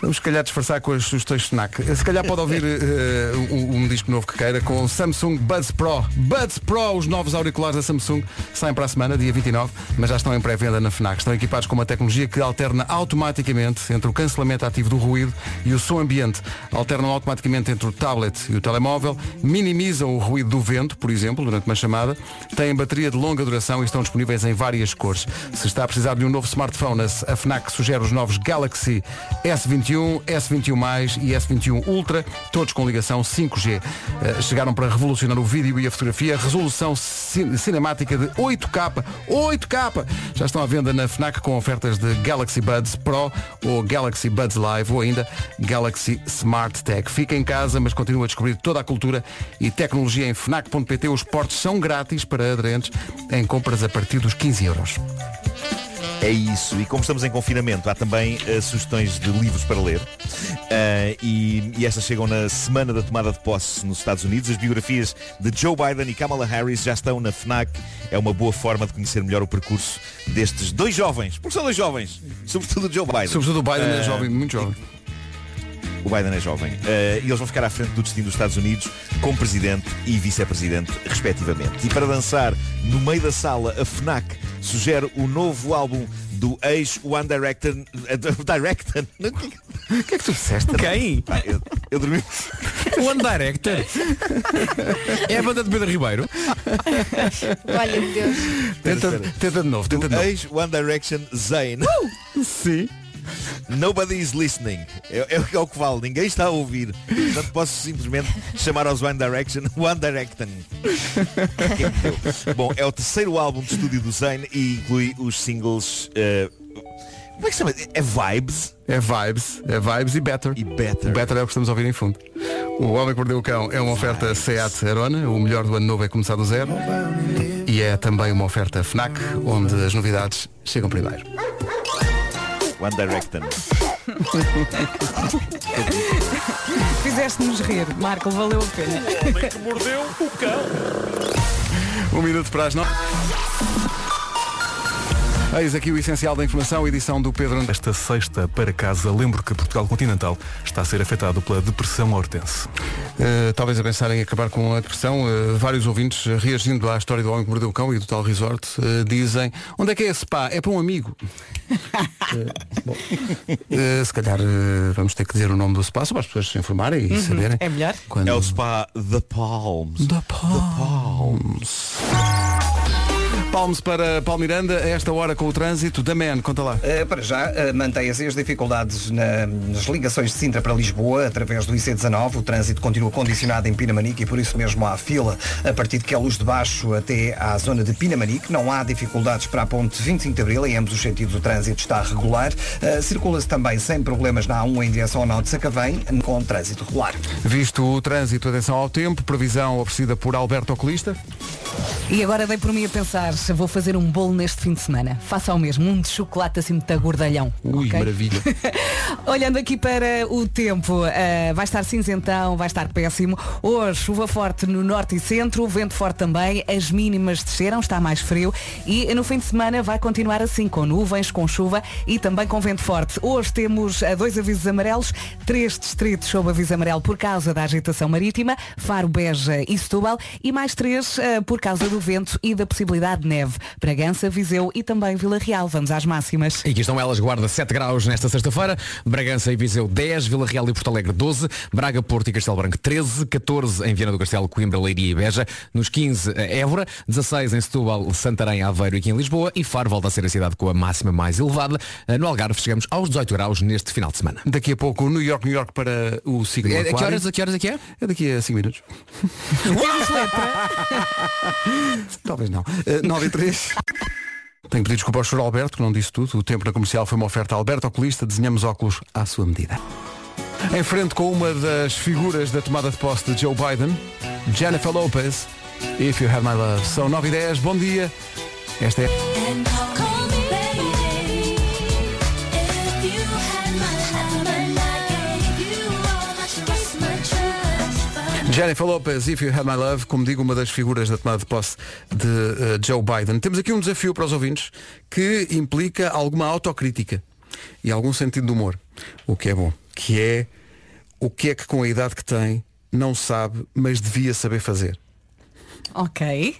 S1: Vamos se calhar disfarçar com as sugestões Fnac. Se calhar pode ouvir eh, um, um disco novo que queira com o Samsung Buds Pro. Buds Pro, os novos auriculares da Samsung, saem para a semana, dia 29, mas já estão em pré-venda na Fnac. Estão equipados com uma tecnologia que alterna automaticamente entre o cancelamento ativo do ruído e o som ambiente. Alternam automaticamente entre o tablet e o telemóvel, minimizam o ruído do vento, por exemplo, durante uma chamada, têm bateria de longa duração e estão disponíveis em várias cores. Se está a precisar de um novo smartphone, a a Fnac sugere os novos Galaxy S21, S21+, e S21 Ultra, todos com ligação 5G. Eh, Chegaram para revolucionar o vídeo e a fotografia, resolução cin- cinemática de 8K, 8K! Já estão à venda na Fnac com ofertas de Galaxy Buds Pro ou Galaxy Buds Live ou ainda Galaxy Smart Tech. Fica em casa, mas continua a descobrir toda a cultura e tecnologia em fnac.pt. Os portes são grátis para aderentes em compras a partir dos 15 euros.
S10: É isso. E como estamos em confinamento, há também eh, sugestões de livros para ler. Ah, e, e estas chegam na semana da tomada de posse nos Estados Unidos. As biografias de Joe Biden e Kamala Harris já estão na FNAC. É uma boa forma de conhecer melhor o percurso destes dois jovens. Porque são dois jovens. Sobretudo o Joe Biden.
S1: Sobretudo o Biden é
S10: Ah,
S1: jovem, muito jovem.
S10: O Biden é jovem. Eh, e eles vão ficar à frente do destino dos Estados Unidos como presidente e vice-presidente, respectivamente. E para dançar no meio da sala, a FNAC sugere o novo álbum do ex-One Director... eh, do- Director? O que é que tu disseste?
S8: Quem?
S10: Pá, eu, eu dormi...
S8: One Director. É a banda de Pedro Ribeiro.
S3: Olha, meu Deus.
S1: Tenta, tenta de novo, tenta de
S10: Do
S1: novo. Uh!
S10: ex-One Direction Zayn.
S1: Sim.
S10: Nobody is listening. É, é o que- é o que vale. Ninguém está a ouvir. Portanto, posso simplesmente chamar aos One Direction One Direction. Quem me deu? Bom, é o terceiro álbum de estúdio do Zayn e inclui os singles... eh, como é que se chama? É Vibes
S1: É vibes, é vibes e better.
S10: e Better.
S1: Better é o que estamos a ouvir em fundo. O Homem que Mordeu o Cão é uma oferta SEAT Arona, o melhor do ano novo é começar do zero. E é também uma oferta FNAC, onde as novidades chegam primeiro.
S10: One Direction.
S2: Fizeste-nos rir, Marco, valeu a pena.
S1: Um minuto para as nove. Eis aqui o essencial da informação, edição do Pedro Andrade.
S6: Esta sexta para casa, lembro que Portugal continental está a ser afetado pela depressão hortense.
S1: Eh, talvez a pensar em acabar com a depressão, eh, vários ouvintes eh, reagindo à história do Homem que Mordeu o Cão e do tal resort eh, dizem onde é que é esse spa? É para um amigo. Eh, bom, eh, se calhar eh, vamos ter que dizer o nome do spa só para as pessoas se informarem e saberem.
S2: é melhor.
S1: Quando...
S10: É o spa The Palms.
S1: The Palms. Palmes para Palmiranda, a esta hora com o trânsito da MEN, conta lá.
S5: Uh, para já, uh, mantém-se as dificuldades na- nas ligações de Sintra para Lisboa, através do IC19. O trânsito continua condicionado em Pinamanique e por isso mesmo há fila a partir de que é luz de baixo até à zona de Pinamanique. Não há dificuldades para a ponte 25 de Abril. Em ambos os sentidos o trânsito está regular. Uh, Circula-se também sem problemas na A1 em direção ao Nó de Sacavém, com trânsito regular.
S1: Visto o trânsito, atenção ao tempo, previsão oferecida por Alberto Oculista.
S2: E agora dei por mim a pensar, vou fazer um bolo neste fim de semana. Faça o mesmo, um de chocolate assim muito agordalhão.
S1: Ui,
S2: ok?
S1: maravilha.
S2: Olhando aqui para o tempo, ah, vai estar cinzentão, vai estar péssimo. Hoje, chuva forte no norte e centro, vento forte também, as mínimas desceram, está mais frio e no fim de semana vai continuar assim, com nuvens, com chuva e também com vento forte. Hoje temos ah, dois avisos amarelos, três distritos sob aviso amarelo por causa da agitação marítima, Faro, Beja e Setúbal e mais três ah, por causa do vento e da possibilidade de neve. Bragança, Viseu e também Vila Real. Vamos às máximas.
S12: E aqui estão elas, guarda 7 graus nesta sexta-feira, Bragança e Viseu 10, Vila Real e Porto Alegre 12, Braga, Porto e Castelo Branco 13, 14 em Viana do Castelo, Coimbra, Leiria e Beja, nos 15 eh, Évora, 16 em Setúbal, Santarém, Aveiro e aqui em Lisboa e Faro volta a ser a cidade com a máxima mais elevada. Eh, No Algarve chegamos aos 18 graus neste final de semana.
S1: Daqui a pouco, New York, New York para o signo
S12: É, a que
S1: Aquário.
S12: horas- a que horas é que é?
S1: É daqui a 5 minutos.
S2: Temos letra.
S1: Talvez não. Uh, 9 e 3. Tenho pedido desculpa ao Sr. Alberto, que não disse tudo. O tempo na comercial foi uma oferta a Alberto Oculista. Desenhamos óculos à sua medida. Em frente com uma das figuras da tomada de posse de Joe Biden, Jennifer Lopez, If You Have My Love. São 9 e 10, bom dia. Esta é... Jennifer Lopez, If You Had My Love, como digo, uma das figuras da tomada de posse de eh, Joe Biden. Temos aqui um desafio para os ouvintes que implica alguma autocrítica e algum sentido de humor, o que é bom, que é o que é que com a idade que tem não sabe, mas devia saber fazer.
S2: Ok.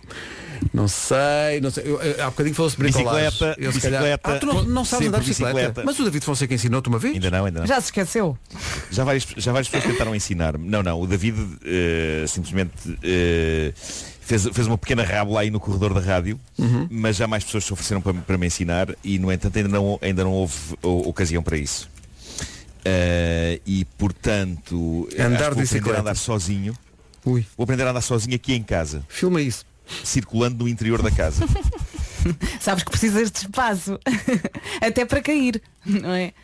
S1: Não sei, não sei. Eu, eh, há bocadinho falou-se de bricolagem.
S10: Bicicleta,
S1: Eu, se calhar-
S10: bicicleta.
S1: Ah, tu não, não sabes
S10: Sempre
S1: andar de bicicleta?
S10: bicicleta.
S1: Mas o David Fonseca ensinou-te uma vez?
S10: Ainda não, ainda não.
S2: Já se esqueceu?
S10: Já várias, já várias pessoas tentaram ensinar-me. Não, não, o David eh, simplesmente eh, fez, fez uma pequena rábula aí no corredor da rádio,
S1: Uhum.
S10: mas já mais pessoas se ofereceram para, para me ensinar e, no entanto, ainda não, ainda não houve o- ocasião para isso. Eh, e, portanto, eh, acho que
S1: Andar de
S10: vou aprender
S1: bicicleta.
S10: a andar sozinho.
S1: Ui.
S10: Vou aprender a andar sozinho aqui em casa,
S1: Filma isso.
S10: circulando no interior da casa.
S2: Sabes que precisas de espaço. Até para cair, não é?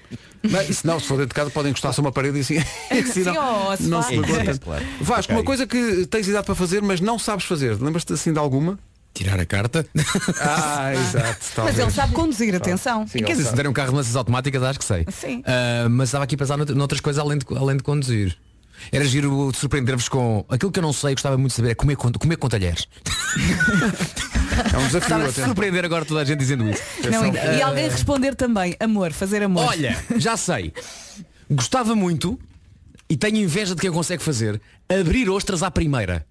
S1: Não, isso não, se for dentro de casa podem encostar-se a uma parede e assim. assim não,
S2: Sim, ó, se
S1: não
S2: faz.
S1: se magoa
S10: É,
S1: tanto.
S10: claro.
S1: Vasco,
S10: Ok.
S1: uma coisa que tens idade para fazer, mas não sabes fazer. Lembras-te assim de alguma?
S12: Tirar a carta?
S1: Ah, exato.
S2: Mas
S1: talvez.
S2: ele sabe conduzir, atenção.
S12: Quer
S1: Sim, ele
S12: dizer, se
S1: sabe.
S12: der um carro de lanças automáticas, acho que sei.
S2: Sim.
S12: Ah, mas estava aqui a pensar nout- noutras coisas além de, além de conduzir. Era giro surpreender-vos com aquilo que eu não sei, gostava muito de saber, é comer com, comer com talheres.
S1: É um desafio.
S12: Estava a
S1: atenção.
S12: surpreender agora toda a gente dizendo isso.
S2: Não, e,
S12: Ah,
S2: e alguém responder também, amor, fazer amor.
S12: Olha, já sei. Gostava muito e tenho inveja de quem consegue fazer abrir ostras à primeira.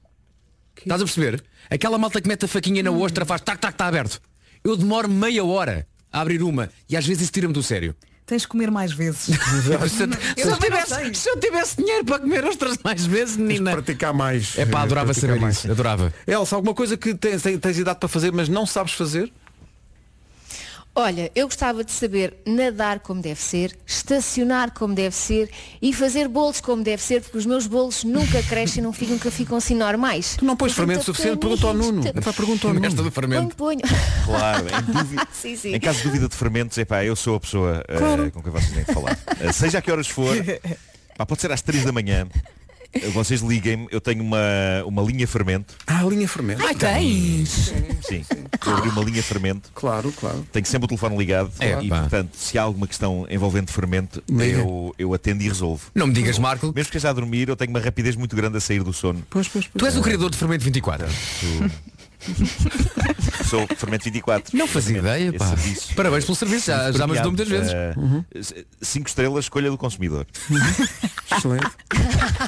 S12: Estás a perceber? Aquela malta que mete a faquinha na ostra faz tac tac está aberto. Eu demoro meia hora a abrir uma e às vezes isso tira-me do sério.
S2: Tens de comer mais vezes.
S12: se, eu, se eu
S2: também não sei.
S12: tivesse, se eu tivesse dinheiro para comer ostras mais vezes,
S1: Tens de
S12: menina.
S1: Praticar mais.
S12: É pá,
S1: Eh,
S12: adorava
S1: praticar
S12: saber
S1: mais.
S12: isso. Adorava.
S1: Elsa, alguma coisa que tens, tens- tens idade para fazer, mas não sabes fazer?
S3: Olha, eu gostava de saber nadar como deve ser, estacionar como deve ser e fazer bolos como deve ser, porque os meus bolos nunca crescem, não ficam, nunca ficam assim normais.
S1: Tu não pões
S3: Ficam
S1: fermento suficiente? Pergunta ao Nuno.
S3: pequeninos.
S1: Epá, pergunta ao Nuno. é
S12: Esta do fermento.
S3: Ponho, ponho.
S10: Claro, em dúvida.
S3: Sim, sim.
S10: Em caso de dúvida de fermentos, epá, eu sou a pessoa eh, com quem vocês têm que falar. Eh, seja a que horas for, pá, pode ser às 3 da manhã, eh, vocês liguem-me, eu tenho uma, uma linha fermento.
S1: Ah, linha fermento.
S2: Ai, tens!
S10: Sim, eu abri uma linha fermento.
S1: Claro, claro.
S10: Tenho sempre o telefone ligado
S12: É,
S10: e,
S12: pá.
S10: portanto, se há alguma questão envolvendo fermento,
S1: Liga.
S10: eu, eu atendo e resolvo.
S12: Não me digas, Marco.
S10: Mesmo que esteja a dormir, eu tenho uma rapidez muito grande a sair do sono.
S1: Pois, pois, pois.
S12: Tu és o criador de Fermento 24.
S10: Sou fermento 24.
S12: Não fazia ideia,
S10: Esse
S12: pá.
S10: serviço.
S1: Uhum.
S12: Parabéns pelo serviço, já, já me ajudou muitas vezes.
S10: Eh, Cinco estrelas, escolha do consumidor.
S1: Excelente.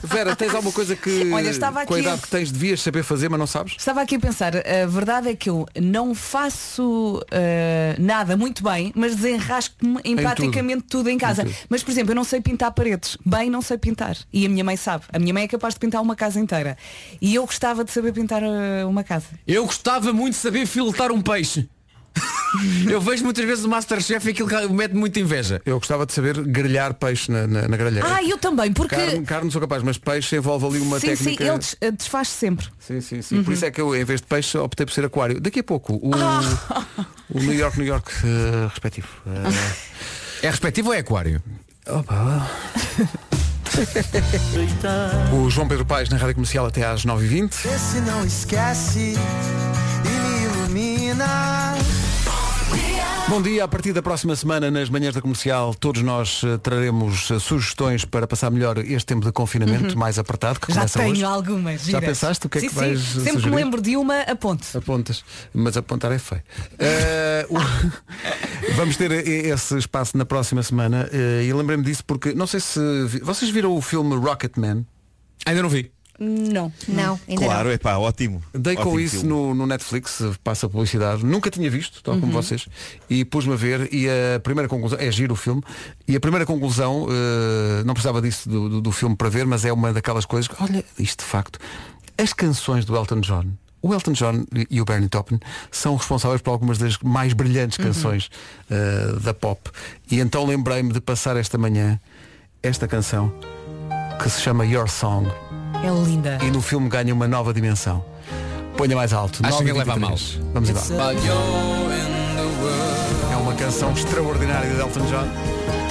S1: Vera, tens alguma coisa que
S2: Olha, estava
S1: com a
S2: aqui-
S1: idade que tens devias saber fazer, mas não sabes?
S2: Estava aqui a pensar, a verdade é que eu não faço eh, nada muito bem, mas desenrasco-me em,
S1: Em
S2: praticamente tudo, em casa.
S1: Em tudo.
S2: Mas, por exemplo, eu não sei pintar paredes. Bem, não sei pintar. E a minha mãe sabe. A minha mãe é capaz de pintar uma casa inteira. E eu gostava de saber pintar eh, uma casa.
S12: Eu gostava muito de saber filetar um peixe. Eu vejo muitas vezes o Masterchef e aquilo que mete muita inveja.
S1: Eu gostava de saber grelhar peixe na, na, na grelha.
S2: Ah, eu também, porque...
S1: Carne, carne não sou capaz, mas peixe envolve ali uma
S2: sim,
S1: técnica.
S2: sim, ele des- eh, desfaz sempre.
S1: Sim, sim, sim. Por
S2: Uhum.
S1: isso é que eu, em vez de peixe, optei por ser aquário. Daqui a pouco, o, o New York, New York eh, respectivo. eh.
S8: É respectivo ou é aquário?
S1: Opa. o João Pedro Paes na Rádio Comercial até às 9h20.
S9: Esse não esquece e me ilumina.
S1: Bom dia, a partir da próxima semana, nas manhãs da comercial, todos nós eh, traremos eh, sugestões para passar melhor este tempo de confinamento
S2: Uhum.
S1: mais apertado que
S2: Já
S1: começa
S2: tenho
S1: hoje.
S2: algumas.
S1: Já
S2: giras.
S1: pensaste o que é
S2: sim,
S1: que vais
S2: Sim. Sempre que me
S1: sugerir?
S2: lembro de uma, aponto.
S1: Apontas, mas apontar é feio. Eh, o- Vamos ter e- esse espaço na próxima semana eh, e lembrei-me disso porque não sei se vi- vocês viram o filme Rocketman?
S8: Ainda não vi.
S2: Não.
S3: Não, ainda
S1: Claro,
S10: é pá, ótimo.
S1: Dei com
S10: Ótimo
S1: isso
S10: filme.
S1: no, no Netflix, passa a publicidade, nunca tinha visto, tal como
S10: Uhum.
S1: vocês, e pus-me a ver e a primeira conclusão, é giro o filme, e a primeira conclusão, eh, não precisava disso do, do, do filme para ver, mas é uma daquelas coisas que, olha, isto de facto, as canções do Elton John, o Elton John e- e o Bernie Taupin são responsáveis por algumas das mais brilhantes
S9: Uhum.
S1: canções eh, da pop. E então lembrei-me de passar esta manhã esta canção que se chama Your Song.
S2: É linda.
S1: E no filme ganha uma nova dimensão. Ponha mais alto.
S8: Acho que
S1: 9 e
S8: ele leva a
S1: 23.
S8: mal.
S1: Vamos
S8: It's
S1: embora.
S8: about
S1: É uma canção extraordinária de Elton John.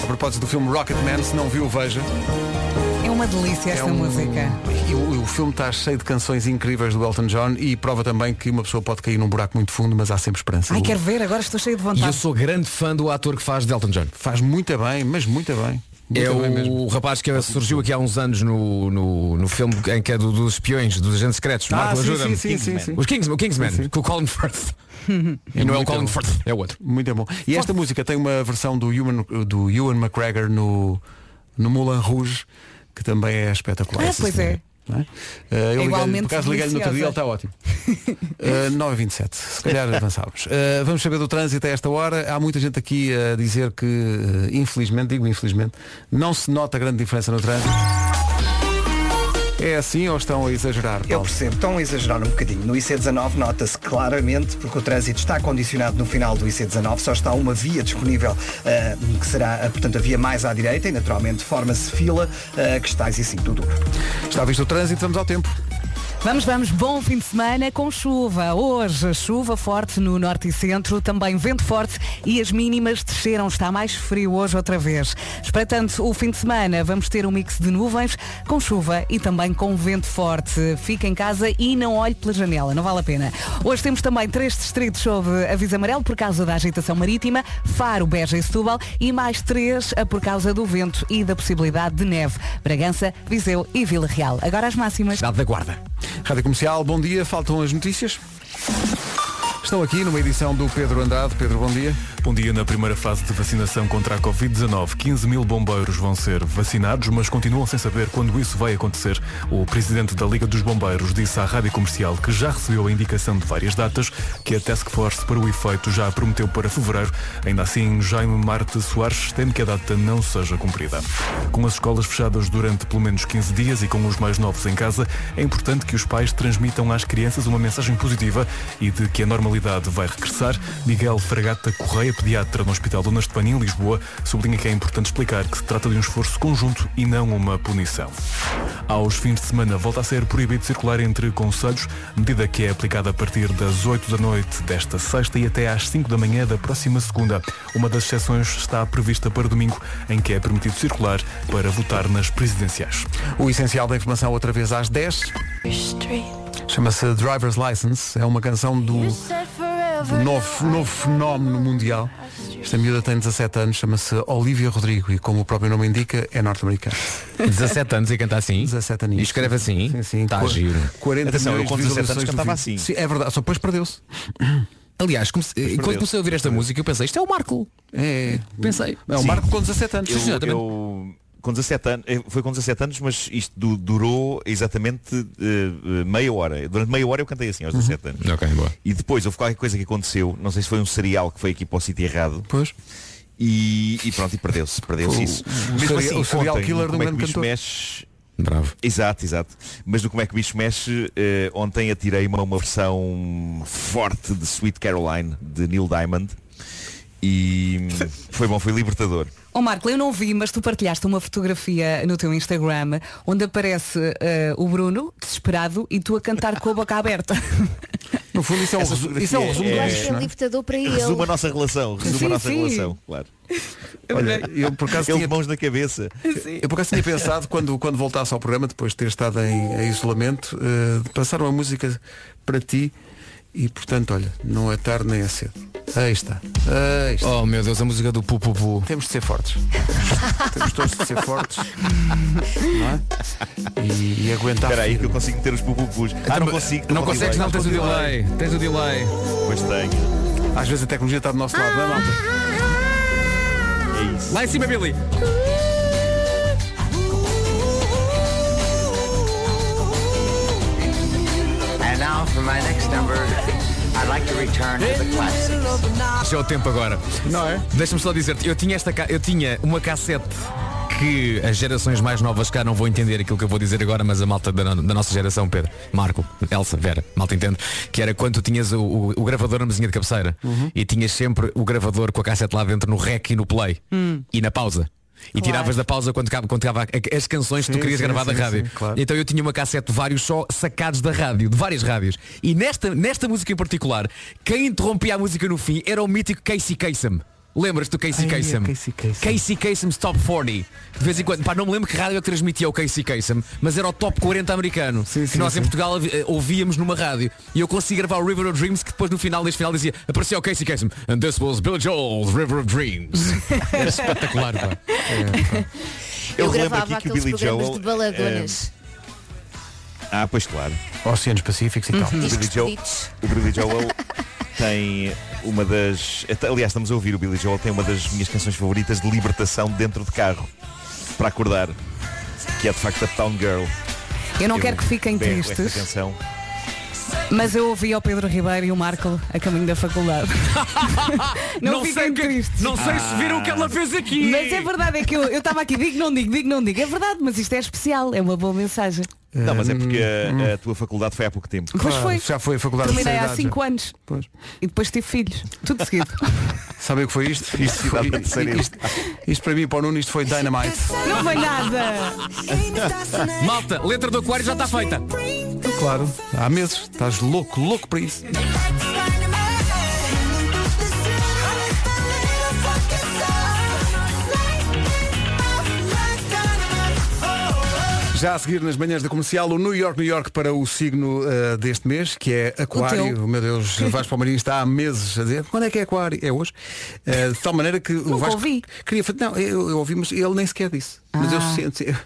S1: A propósito do filme Rocketman, se não viu, veja.
S2: É uma delícia
S1: um
S2: esta música.
S1: E o, o filme está cheio de canções incríveis do Elton John e prova também que uma pessoa pode cair num buraco muito fundo, mas há sempre esperança.
S2: Ai, quero ver, agora estou cheio de
S8: E eu
S2: vontade.
S8: sou grande fã do ator que faz de Elton John.
S1: Faz muito bem, mas muito bem. Muito
S8: é
S1: bem
S8: o
S1: mesmo.
S8: rapaz que surgiu aqui há uns anos no, no, no filme em que é do- dos espiões, dos agentes secretos.
S1: Ah,
S8: Marco,
S1: sim,
S8: ajuda-me.
S1: sim, sim, sim, sim.
S8: Os Kings, o Kingsman,
S1: Sim, sim.
S8: com o Colin Firth. e não é o
S1: muito
S8: Colin
S1: bom.
S8: Firth, é outro.
S1: Muito bom. E esta música tem uma versão do Ewan, do Ewan McGregor no, no Moulin Rouge, que também é espetacular.
S2: Ah,
S1: sim,
S2: pois
S1: senhora.
S2: é.
S1: Não é? Eh, eu liguei,
S2: Igualmente
S1: por acaso liguei-lhe no outro dia, ele está ótimo. Uh, 9h27, se calhar avançámos. Uh, vamos saber do trânsito a esta hora. Há muita gente aqui a dizer que, uh, infelizmente, digo infelizmente, não se nota grande diferença no trânsito. É assim ou estão a exagerar?
S5: Eu percebo, estão a exagerar um bocadinho. No IC19 nota-se claramente, porque o trânsito está condicionado no final do IC19, só está uma via disponível, ah, que será, ah, portanto, a via mais à direita e naturalmente forma-se fila, ah, que está e 5 do Douro.
S1: Está visto o trânsito, vamos ao tempo.
S2: Vamos, vamos, bom fim de semana com chuva. Hoje, chuva forte no norte e centro, também vento forte e as mínimas desceram. Está mais frio hoje outra vez. Espreitando o fim de semana, vamos ter um mix de nuvens com chuva e também com vento forte. Fique em casa e não olhe pela janela, não vale a pena. Hoje temos também três distritos sob aviso amarelo por causa da agitação marítima, Faro, Beja e Setúbal e mais três eh, por causa do vento e da possibilidade de neve. Bragança, Viseu e Vila Real. Agora as máximas.
S8: Cidade da Guarda.
S1: Rádio Comercial, bom dia, faltam as notícias. Estão aqui numa edição do Pedro Andrade. Pedro, bom dia.
S6: Bom dia. Na primeira fase de vacinação contra a Covid-19, 15 mil bombeiros vão ser vacinados, mas continuam sem saber quando isso vai acontecer. O presidente da Liga dos Bombeiros disse à Rádio Comercial que já recebeu a indicação de várias datas, que a Task Force para o efeito já a prometeu para fevereiro. Ainda assim, Jaime Marte Soares teme que a data não seja cumprida. Com as escolas fechadas durante pelo menos 15 dias e com os mais novos em casa, é importante que os pais transmitam às crianças uma mensagem positiva e de que a normalidade vai regressar. Miguel Fragata Correia, pediatra no Hospital Dona Estefania, em Lisboa, sublinha que é importante explicar que se trata de um esforço conjunto e não uma punição. Aos fins de semana volta a ser proibido circular entre conselhos, medida que é aplicada a partir das 8 da noite desta sexta e até às 5 da manhã da próxima segunda. Uma das exceções está prevista para domingo, em que é permitido circular para votar nas presidenciais.
S1: O essencial da informação outra vez às 10. Chama-se Driver's License. É uma canção do, do novo, novo fenómeno mundial. Esta miúda tem 17 anos, chama-se Olivia Rodrigo e como o próprio nome indica, é norte-americana.
S8: 17 anos e canta assim.
S1: 17 anos.
S8: E escreve assim. Sim, sim. Está
S1: Qua-
S8: giro.
S1: 40 milhões de visualizações do vídeo.
S8: assim.
S1: Sim, é verdade, só depois perdeu-se.
S8: Aliás, comece- eh,
S1: perdeu-se,
S8: quando comecei a ouvir esta música, eu pensei, isto é o é Marco.
S1: É.
S8: Pensei.
S1: É o Marco com 17 anos.
S10: Eu,
S8: Sim, senhor, também.
S10: eu com 17 anos, eh, foi com 17 anos, mas isto du- durou exatamente eh, eh, meia hora. Durante meia hora eu cantei assim aos
S1: Uhum.
S10: 17 anos.
S8: Ok, boa.
S10: E depois houve qualquer coisa que aconteceu, não sei se foi um serial que foi aqui para o sítio errado.
S1: Pois.
S10: E, e pronto, e perdeu-se, perdeu-se
S1: O-
S10: isso.
S1: o serial-
S13: assim,
S1: o serial
S10: ontem,
S1: killer
S10: no
S1: de um
S10: Como é que
S1: grande
S10: o bicho
S1: cantor.
S10: mexe,
S8: Bravo.
S10: Exato, exato. Mas no Como é que o Bicho Mexe, eh, ontem atirei uma, uma versão forte de Sweet Caroline, de Neil Diamond. E foi bom, foi libertador.
S2: Ó Marco, eu não vi, mas tu partilhaste uma fotografia no teu Instagram onde aparece eh, o Bruno, desesperado, e tu a cantar com a boca aberta.
S1: No fundo, isso é um,
S10: Essa
S1: resu- isso é um
S10: fotografia
S1: resumo
S10: é-
S1: do
S3: Eu acho
S1: disco,
S3: que é
S1: não é?
S3: libertador para ele.
S10: Resume a nossa relação, resume
S3: Sim,
S10: a nossa
S3: sim.
S10: relação, claro.
S1: Olha, eu por acaso
S10: Ele
S1: tinha-
S10: de mãos na cabeça.
S1: Eu por acaso tinha pensado, quando, quando voltasse ao programa, depois de ter estado em, em isolamento, eh, de passar uma música para ti e portanto, olha, não é tarde nem é cedo. Aí está. Aí está.
S12: Oh meu Deus, a música do Pupu Pu.
S1: Temos de ser fortes. Temos todos de ser fortes. Não é? E, e aguentar.
S10: Espera aí que eu consigo ter os pupupus. Ah, não consigo. tô
S12: Não
S10: com
S12: consegues, não, tens o
S10: Tô com
S12: delay. Tens o delay.
S10: Pois tenho.
S1: Às vezes a tecnologia está do nosso lado, não é, malta?
S10: É isso.
S12: Lá em cima, Billy.
S13: And now for my next number, I'd like to return to the classics.
S12: Já é o tempo agora.
S1: Não é?
S12: Deixa-me só dizer-te, eu tinha esta ca- eu tinha uma cassete que as gerações mais novas cá não vão entender aquilo que eu vou dizer agora, mas a malta da, da nossa geração, Pedro, Marco, Elsa, Vera, malta entende, que era quando tu tinhas o, o- o gravador na mesinha de cabeceira
S1: Uhum.
S12: e tinhas sempre o gravador com a cassete lá dentro no rec e no play
S1: Hum.
S12: e na pausa. E tiravas da pausa quando tocava, quando tocava a- as canções que tu
S1: Sim,
S12: querias
S1: sim,
S12: gravar da
S1: sim,
S12: rádio.
S1: sim, claro.
S12: Então eu tinha uma cassete de vários só sacados da rádio, de várias rádios. E nesta, nesta música em particular, quem interrompia a música no fim era o mítico Casey Kasem. Lembras-te do Casey
S1: Ai, é
S12: Kasem?
S1: Casey Kasem.
S12: Casey Kasem's Top 40. De vez em quando, pá, não me lembro que rádio é que transmitia o Casey Kasem, mas era o Top 40 americano.
S1: sim,
S12: que nós
S1: sim.
S12: em Portugal eh, ouvíamos numa rádio. E eu consegui gravar o River of Dreams, que depois no final deste final dizia, apareceu o Casey Kasem. And this was Bill Joel's River of Dreams. era espetacular, pá. É.
S10: Eu
S3: Eu,
S10: relembro
S3: gravava
S10: aqui que o
S3: aqueles
S10: Billy
S3: programas
S10: Joel,
S3: de baladonas.
S10: Ah, pois claro.
S1: Oceanos Pacíficos e tal.
S10: O Billy
S3: Discos
S10: Joel,
S3: pedidos.
S10: o Billy Joel tem uma das. até- Aliás, estamos a ouvir o Billy Joel tem uma das minhas canções favoritas de libertação dentro de carro para acordar, que é de facto a Town Girl.
S2: Eu não quero que fiquem
S10: berro esta
S2: tristes,
S10: canção.
S2: mas eu ouvi ao Pedro Ribeiro e o Marco a caminho da faculdade. não, fiquem tristes.
S12: não sei se viram o que ela fez aqui.
S2: Mas é verdade, é que eu eu estava aqui, digo, não digo, digo, não digo. É verdade, mas isto é especial, é uma boa mensagem.
S10: Não, mas é porque a, a tua faculdade foi há pouco tempo.
S2: Pois foi.
S1: Hum, Já foi a faculdade de
S2: Terminei há
S1: idade. já.
S2: 5 anos
S1: é Pois.
S2: e depois tive filhos. Tudo seguido.
S1: Sabem o que foi isto?
S10: Isto
S1: foi,
S10: dá para ser
S1: isto, isto para mim e para o Nuno isto foi Dynamite.
S2: não foi nada.
S12: Malta, letra do aquário já está feita.
S1: Claro, há meses. Estás louco, louco para isso. Já a seguir nas manhãs da comercial, o New York, New York para o signo eh, deste mês, que é
S2: O
S1: Aquário.
S2: teu.
S1: Meu Deus, Vasco Palmarinho está há meses a dizer quando é que é Aquário? É hoje. Eh, de tal maneira que o
S2: Nunca
S1: Vasco
S2: ouvi.
S1: queria fazer. Não, eu, eu ouvi, mas ele nem sequer disse. Mas eu sinto. eu-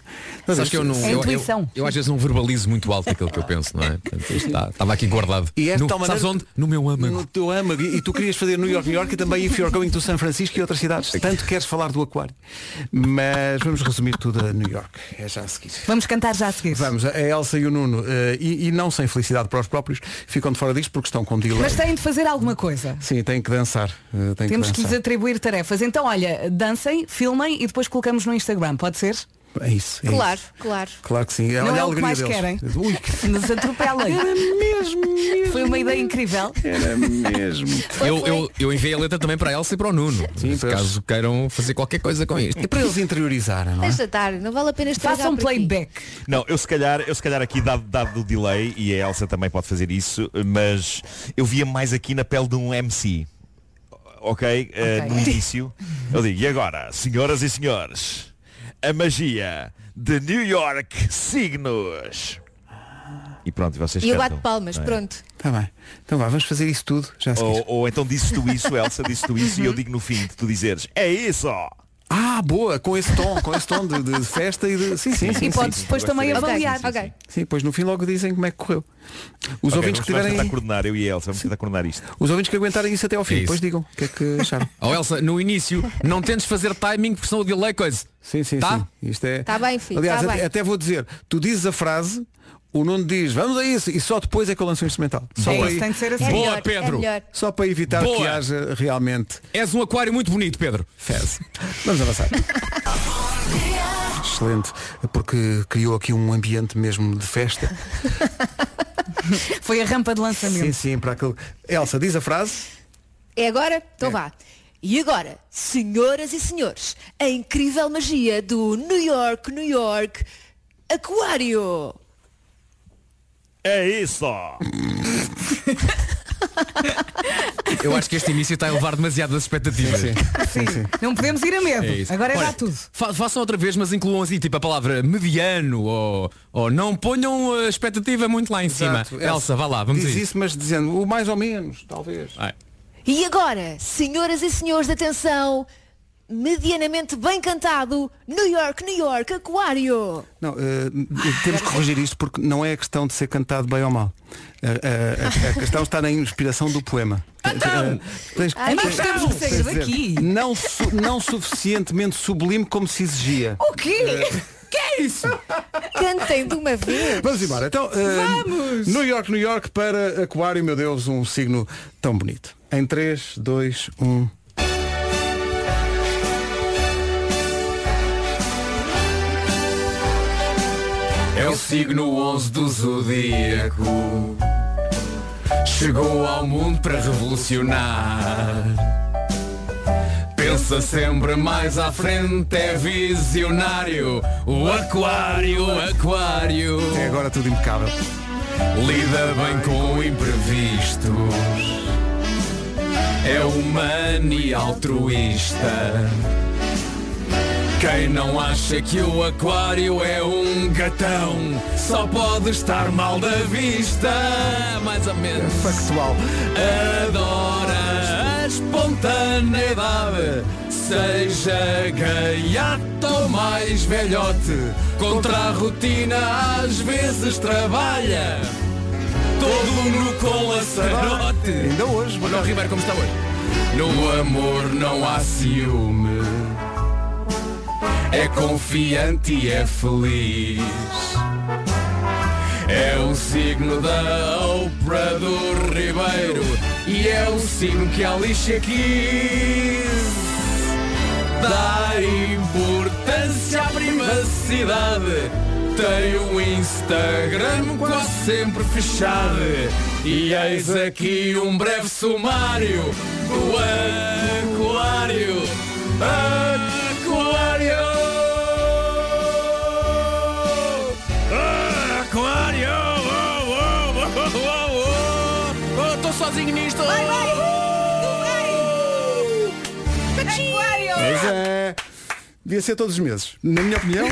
S1: Mas
S12: Sabes que eu não.
S2: É
S12: eu,
S2: Ah. intuição.
S12: eu- eu às vezes não verbalizo muito alto aquilo que eu penso, não é? Portanto, isto está- Estava aqui guardado.
S1: E é de
S12: no,
S1: tal maneira
S12: sabes onde? No meu âmago.
S1: No teu âmago. E tu querias fazer New York, New York e também If You're Going to San Francisco e outras cidades. Tanto queres falar do aquário. Mas vamos resumir tudo a New York. É já a seguir.
S2: Vamos cantar já a seguir.
S1: Vamos, a Elsa e o Nuno, eh, e, e não sem felicidade para os próprios, ficam de fora disto porque estão com delay.
S2: Mas têm de fazer alguma coisa.
S1: Sim, têm que dançar. eh, têm
S2: Temos que
S1: que
S2: lhes
S1: dançar.
S2: atribuir tarefas. Então, olha, dancem, filmem e depois colocamos no Instagram, pode ser?
S1: É isso. é
S3: Claro,
S1: isso.
S3: claro.
S1: Claro que sim.
S2: Não é
S1: Olha a
S2: o que
S1: alegria
S2: mais
S1: deles.
S2: querem.
S1: Ui, que
S2: Nos atropelem. Foi uma ideia incrível.
S1: era mesmo.
S12: Eu, eu, eu enviei a letra também para a Elsa e para o Nuno.
S1: Sim,
S12: se
S1: pois.
S12: caso queiram fazer qualquer coisa com isto.
S1: É para eles interiorizarem, não é?
S3: Deixa estar, não vale a pena estragar
S2: Façam
S3: por aqui.
S2: playback.
S10: Não, eu se calhar, eu se calhar aqui dado, dado o delay, e a Elsa também pode fazer isso, mas eu via mais aqui na pele de um MC. Ok? Eh,
S2: Ok.
S10: no início. Eu digo, e agora, senhoras e senhores, a magia de New York signos. E pronto, vocês
S3: E eu
S10: cantam,
S3: bato palmas,
S10: não é?
S3: pronto.
S1: Está bem. Então vá, vamos fazer isso tudo. Já a seguir.
S10: Ou, ou então dizes tu isso, Elsa, dizes tu isso, e eu digo no fim de tu dizeres, é isso!
S1: Ah, Ah, boa, com esse tom, com esse tom de, de festa e de. Sim, sim, sim.
S2: e podes
S1: sim.
S2: depois também
S3: Ok,
S2: avaliar.
S3: ok.
S1: Sim, depois no fim logo dizem como é que correu. Os
S10: Ok,
S1: ouvintes
S10: vamos-
S1: que
S10: vamos
S1: tiverem.
S10: tentar coordenar, eu e a Elsa, vamos tentar coordenar isto.
S1: Os ouvintes que aguentarem isso até ao fim,
S10: É isso.
S1: depois digam o que é que acharam.
S12: Ó Oh, Elsa, no início, não tentes fazer timing porque senão o delay coisa.
S1: Sim, sim,
S12: tá?
S1: sim. Isto é.
S3: Tá bem, filho,
S1: Aliás,
S3: tá
S1: até,
S3: bem.
S1: até vou dizer, tu dizes a frase, o Nuno diz, vamos a isso, e só depois é que eu lanço o instrumental. Só
S2: É
S1: para
S2: isso,
S1: aí-
S2: tem que ser assim. É
S12: Boa, melhor, é Pedro. melhor.
S1: Só para evitar
S12: Boa.
S1: que haja realmente.
S12: És um aquário muito bonito, Pedro.
S1: Fez. Vamos avançar. Excelente, porque criou aqui um ambiente mesmo de festa.
S2: Foi a rampa de lançamento.
S1: Sim, sim, para aquele. Elsa, diz a frase.
S3: É agora? Então vá. E agora, senhoras e senhores, a incrível magia do New York, New York, Aquário.
S10: É isso!
S12: Eu acho que este início está a elevar demasiado as expectativas.
S2: Sim. Não podemos ir a medo.
S12: É isso.
S2: Agora é
S12: Olha,
S2: dar tudo.
S12: fa- façam outra vez, mas incluam assim, tipo a palavra mediano ou, ou não ponham a expectativa muito lá em
S1: Exato.
S12: cima. Elsa, vá lá, vamos
S1: Diz
S12: a isso.
S1: isso, mas dizendo o mais ou menos, talvez.
S12: Vai.
S3: E agora, senhoras e senhores, atenção, medianamente bem cantado, New York, New York, Aquário.
S1: Não, eh, temos que corrigir isto porque não é a questão de ser cantado bem ou mal. Eh, eh, a, a questão está na inspiração do poema. Eh, tens-
S2: Então! Ai, mas
S1: tens-
S2: estamos no
S1: tens
S2: segredo
S1: de dizer,
S2: aqui.
S1: Não, su- não suficientemente sublime como se exigia.
S2: O quê? que é isso?
S3: Cantem de uma vez.
S1: Vamos embora. Então, eh, New York, New York para Aquário, meu Deus, um signo tão bonito. Em um. 3, 2, 1.
S12: É o signo 11 do zodíaco. Chegou ao mundo para revolucionar. Pensa sempre mais à frente, é visionário. O Aquário, Aquário.
S1: Até É agora tudo impecável.
S12: Lida bem com imprevistos. É humano e altruísta. Quem não acha que o aquário é um gatão só pode estar mal da vista. Mais ou menos.
S1: Factual.
S12: Adora a espontaneidade, seja gaiato ou mais velhote. Contra a rotina às vezes trabalha, todo nu com laçarote.
S1: Ainda hoje,
S12: Manuel Ribeiro, como está hoje? No amor não há ciúme, é confiante e é feliz. É o signo da Oprah do Ribeiro E é o signo que a Alicia quis Dar importância à privacidade Tem o Instagram quase sempre fechado E eis aqui um breve sumário Do Aquário Aquário Aquário! Estou sozinho nisto! Vai, vai!
S2: Ah!
S1: Pois é. Devia ser todos os meses. Na minha opinião,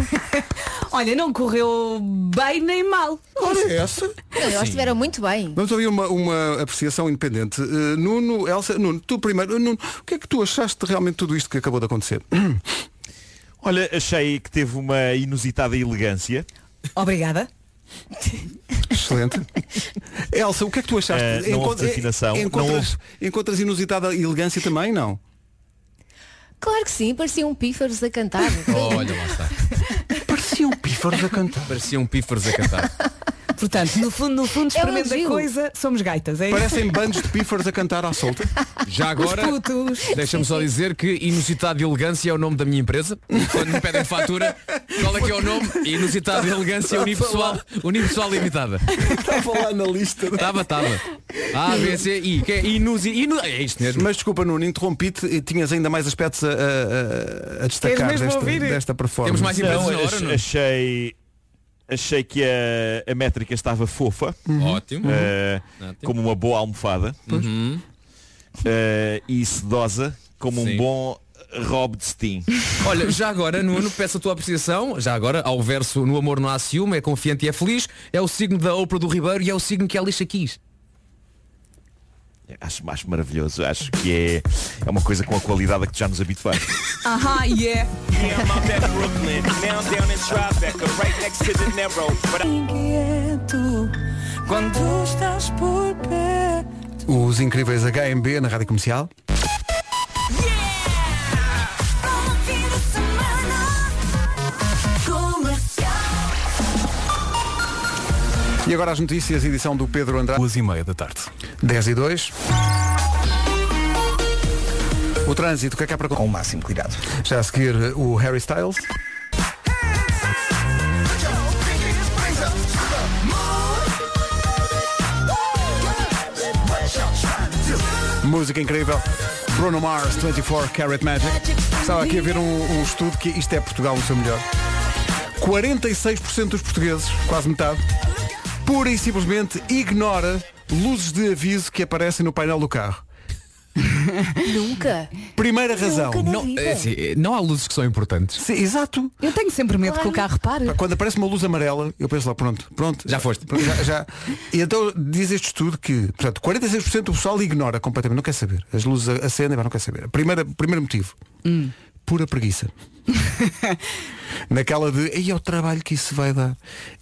S2: Olha, não correu bem nem mal.
S1: olha essa.
S3: Não, eles estiveram muito bem.
S1: Vamos ouvir uma, uma apreciação independente. Eh, Nuno, Elsa, Nuno, tu primeiro, Nuno, o que é que tu achaste de realmente tudo isto que acabou de acontecer?
S10: Olha, achei que teve uma inusitada elegância.
S2: Obrigada.
S1: Excelente. Elsa, o que é que tu achaste?
S10: Eh, não houve
S1: Encontra-
S10: desafinação, não
S1: encontras,
S10: houve-
S1: encontras inusitada elegância também, não?
S3: Claro que sim, pareciam pífaros a cantar.
S12: Olha, lá está.
S1: Pareciam pífaros a cantar.
S12: Pareciam pífaros a cantar.
S2: Portanto, no fundo, no fundo,
S3: É um
S2: experimenta
S3: elogio.
S2: coisa, somos gaitas, é isso?
S1: Parecem bandos de pífaros a cantar à solta.
S12: Já agora,
S2: Os putos.
S12: deixa-me só dizer que Inusitado e Elegância é o nome da minha empresa. Quando me pedem fatura, qual é que é o nome? Inusitado e Elegância Unipessoal, Unipessoal Limitada.
S1: Estava lá na lista.
S12: Estava, estava. A, B, C, I. Que é, inusi, inu, é isto mesmo.
S1: Mas desculpa, Nuno, interrompi-te e tinhas ainda mais aspectos a, a- a- a destacar
S2: mesmo
S1: desta,
S2: ouvir?
S1: desta performance.
S12: Temos mais empresas na hora,
S10: ach-
S12: não?
S10: achei, achei que a, a métrica estava fofa,
S1: Uhum.
S12: Ótimo. Uhum.
S10: eh,
S12: Ótimo.
S10: como uma boa almofada
S12: Uhum.
S10: eh, e sedosa, como
S12: Sim.
S10: um bom Rob de Steam.
S12: Olha, já agora, Nuno, peço a tua apreciação, já agora, ao verso No Amor Não Há Ciúme, é confiante e é feliz, é o signo da Oprah do Ribeiro e é o signo que a lixa quis.
S10: Acho, acho maravilhoso, acho que é, é uma coisa com a qualidade a que tu já nos habituaste.
S14: Aha, yeah.
S15: Yeah, I'm out that Brooklyn, now down in Tribeca, right next to the narrow. But
S9: Inquieto quando estás por pé.
S1: Os incríveis HMB na rádio comercial. E agora as notícias, edição do Pedro Andrade.
S6: Duas e meia da tarde.
S1: 10 e 2. O trânsito, o que é que há para Com
S5: o máximo cuidado.
S1: Já a seguir o Harry Styles. Música incrível. Bruno Mars, 24 Carat Magic. Estava aqui a ver um, um estudo que isto é Portugal no seu melhor. 46% dos portugueses, quase metade, pura e simplesmente ignora luzes de aviso que aparecem no painel do carro.
S3: Nunca.
S1: Primeira razão.
S12: Não, é assim, não há luzes que são importantes.
S1: Sim, exato.
S2: Eu tenho sempre medo que o carro pare.
S1: Pá, Quando aparece uma luz amarela, eu penso lá, pronto, pronto. Já foste. Já, já. E então diz este estudo que, portanto, 46% do pessoal ignora completamente, não quer saber. As luzes a- acendem, mas não quer saber. Primeira, primeiro motivo,
S2: Hum.
S1: pura preguiça. Naquela de, e é o trabalho que isso vai dar.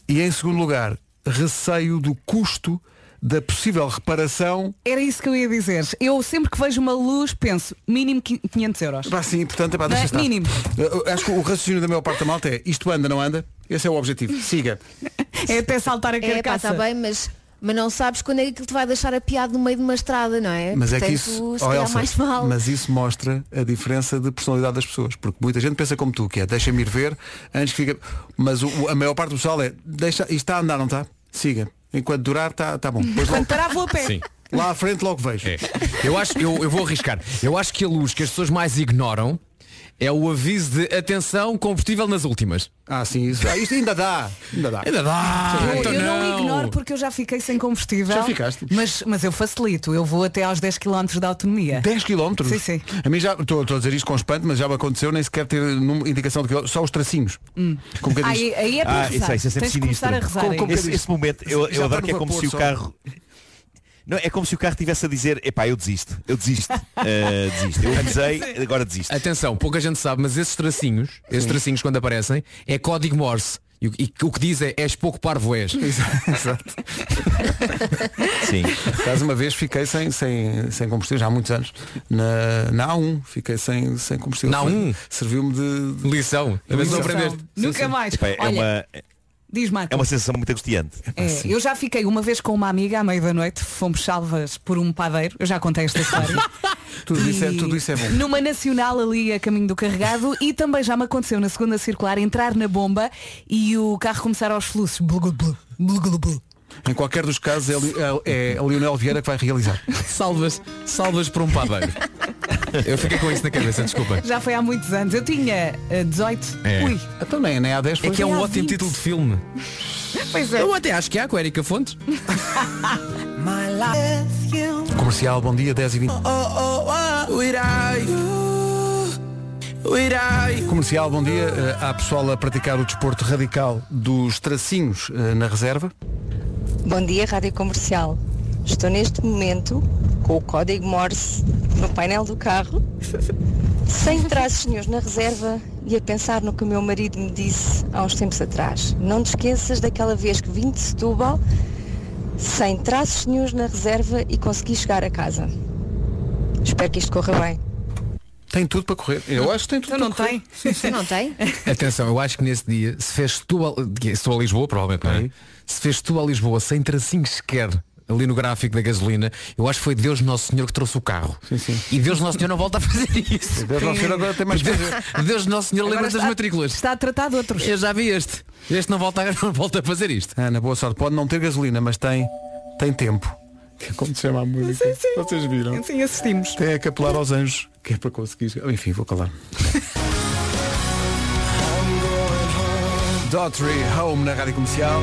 S1: E em segundo lugar, receio do custo da possível reparação.
S2: Era isso que eu ia dizer. Eu sempre que vejo uma luz penso, mínimo qui- 500 euros.
S1: Pá, sim, portanto, é pá,
S2: Não é?
S1: deixa estar.
S2: Mínimo.
S1: Eh, Acho que o raciocínio da maior parte da malta é isto anda, não anda? Esse é o objetivo. Siga.
S2: É até saltar a
S3: É, pá,
S2: carcaça.
S3: está bem, mas, mas não sabes quando é que aquilo te vai deixar a piada no meio de uma estrada, não é?
S1: Mas é que
S3: Portanto,
S1: isso,
S3: se
S1: oh,
S3: calhar
S1: Elsa,
S3: mais mal.
S1: mas isso mostra a diferença de personalidade das pessoas, porque muita gente pensa como tu, que é deixa-me ir ver, antes que fica. Mas o- o- a maior parte do pessoal é deixa, isto está a andar, não está? Siga. Enquanto durar, está tá bom. Depois
S2: Quando parar, vou a pé. Sim.
S1: Lá à frente logo vejo.
S12: É. Eu acho, eu, eu vou arriscar. Eu acho que a luz que as pessoas mais ignoram é o aviso de atenção combustível nas últimas.
S1: Ah, sim, isso. Ah, isto ainda dá. Ainda dá.
S12: Ainda dá.
S2: Eu,
S12: então
S2: eu não.
S12: não.
S2: ignoro porque eu já fiquei sem combustível.
S1: Já ficaste.
S2: Mas, mas eu facilito, eu vou até aos 10 km da autonomia.
S1: 10 km?
S2: Sim, sim.
S1: A mim já estou estou a dizer isto com espanto, mas já me aconteceu nem sequer ter num- indicação de que só os tracinhos.
S2: Hum.
S1: Como que eu
S2: Aí-
S1: disse?
S2: aí é para Ah, rezar. isso aí, isso é sempre Tens de começar sinistro. a rezar
S1: Como-
S2: aí.
S1: como que eu
S10: esse,
S1: disse?
S10: esse momento, eu,
S1: Já
S10: eu
S1: está
S10: adoro
S1: no
S10: que é como
S1: vapor
S10: se o
S1: só.
S10: carro. Não, é como se o carro estivesse a dizer, epá, eu desisto, eu desisto, eh, desisto. Eu avisei, agora desisto.
S12: Atenção, pouca gente sabe, mas esses tracinhos, esses tracinhos quando aparecem, é código Morse. E, o- e o que diz é és pouco parvo és.
S1: Exato.
S10: Sim.
S1: Caso uma vez fiquei sem, sem, sem combustível, já há muitos anos, na, na A1, fiquei sem, sem combustível.
S12: Na
S1: Foi-
S12: A1?
S1: Serviu-me de,
S12: Lição.
S1: de
S12: Mas
S1: lição.
S12: não aprendeste.
S2: Nunca mais.
S10: Epá, é,
S2: Olha,
S10: uma,
S2: Diz Marco.
S10: é uma sensação muito angustiante.
S1: Ah,
S2: É, eu já fiquei uma vez com uma amiga à meia da noite, fomos salvas por um padeiro, eu já contei esta história.
S1: Tudo isso, é,
S2: E
S1: tudo isso é bom.
S2: Numa nacional ali a caminho do carregado e também já me aconteceu na segunda circular entrar na bomba e o carro começar aos fluxos. Blu, blu, blu, blu, blu, blu.
S1: Em qualquer dos casos é, Li- é, é a Lionel Vieira que vai realizar.
S12: Salvas, salvas por um padeiro. Eu fiquei com isso na cabeça, desculpa.
S2: Já foi há muitos anos. Eu tinha eh, 18.
S12: É.
S2: Ui.
S1: Então nem, nem há 10
S12: É que é um ótimo título de filme.
S2: Pois é.
S12: Eu até acho que há com a Erika Fontes.
S1: Comercial, bom dia, 10 e 20. Comercial, bom dia. Eh, Há pessoal a praticar o desporto radical dos tracinhos eh, na reserva.
S16: Bom dia, Rádio Comercial. Estou neste momento com o código Morse no painel do carro, sem traços senhores na reserva e a pensar no que o meu marido me disse há uns tempos atrás. Não te esqueças daquela vez que vim de Setúbal sem traços senhores na reserva e consegui chegar a casa. Espero que isto corra bem.
S1: Tem tudo para correr. Eu acho que tem tudo
S2: Então não
S1: para
S2: tem?
S3: Não tem?
S12: Atenção, eu acho que nesse dia, se fez tu a, a Lisboa, provavelmente não é? Se fez tu a Lisboa sem tracinho sequer ali no gráfico da gasolina, eu acho que foi Deus Nosso Senhor que trouxe o carro. E Deus Nosso Senhor não volta a fazer isso.
S1: Deus Nosso Senhor agora tem mais que fazer.
S12: Deus Nosso Senhor
S2: Agora
S12: lembra das
S2: está-
S12: matrículas.
S2: Está a tratar de outros.
S12: Eu já vi este. Este não volta, a- não volta a fazer isto.
S1: Ana, boa sorte. Pode não ter gasolina, mas tem, tem tempo. Que é como se chama a música. Vocês viram?
S2: Sim, assistimos.
S1: Tem a capelar aos anjos, que é para conseguir. chegar- Enfim, vou calar. Daughtry Home na rádio comercial.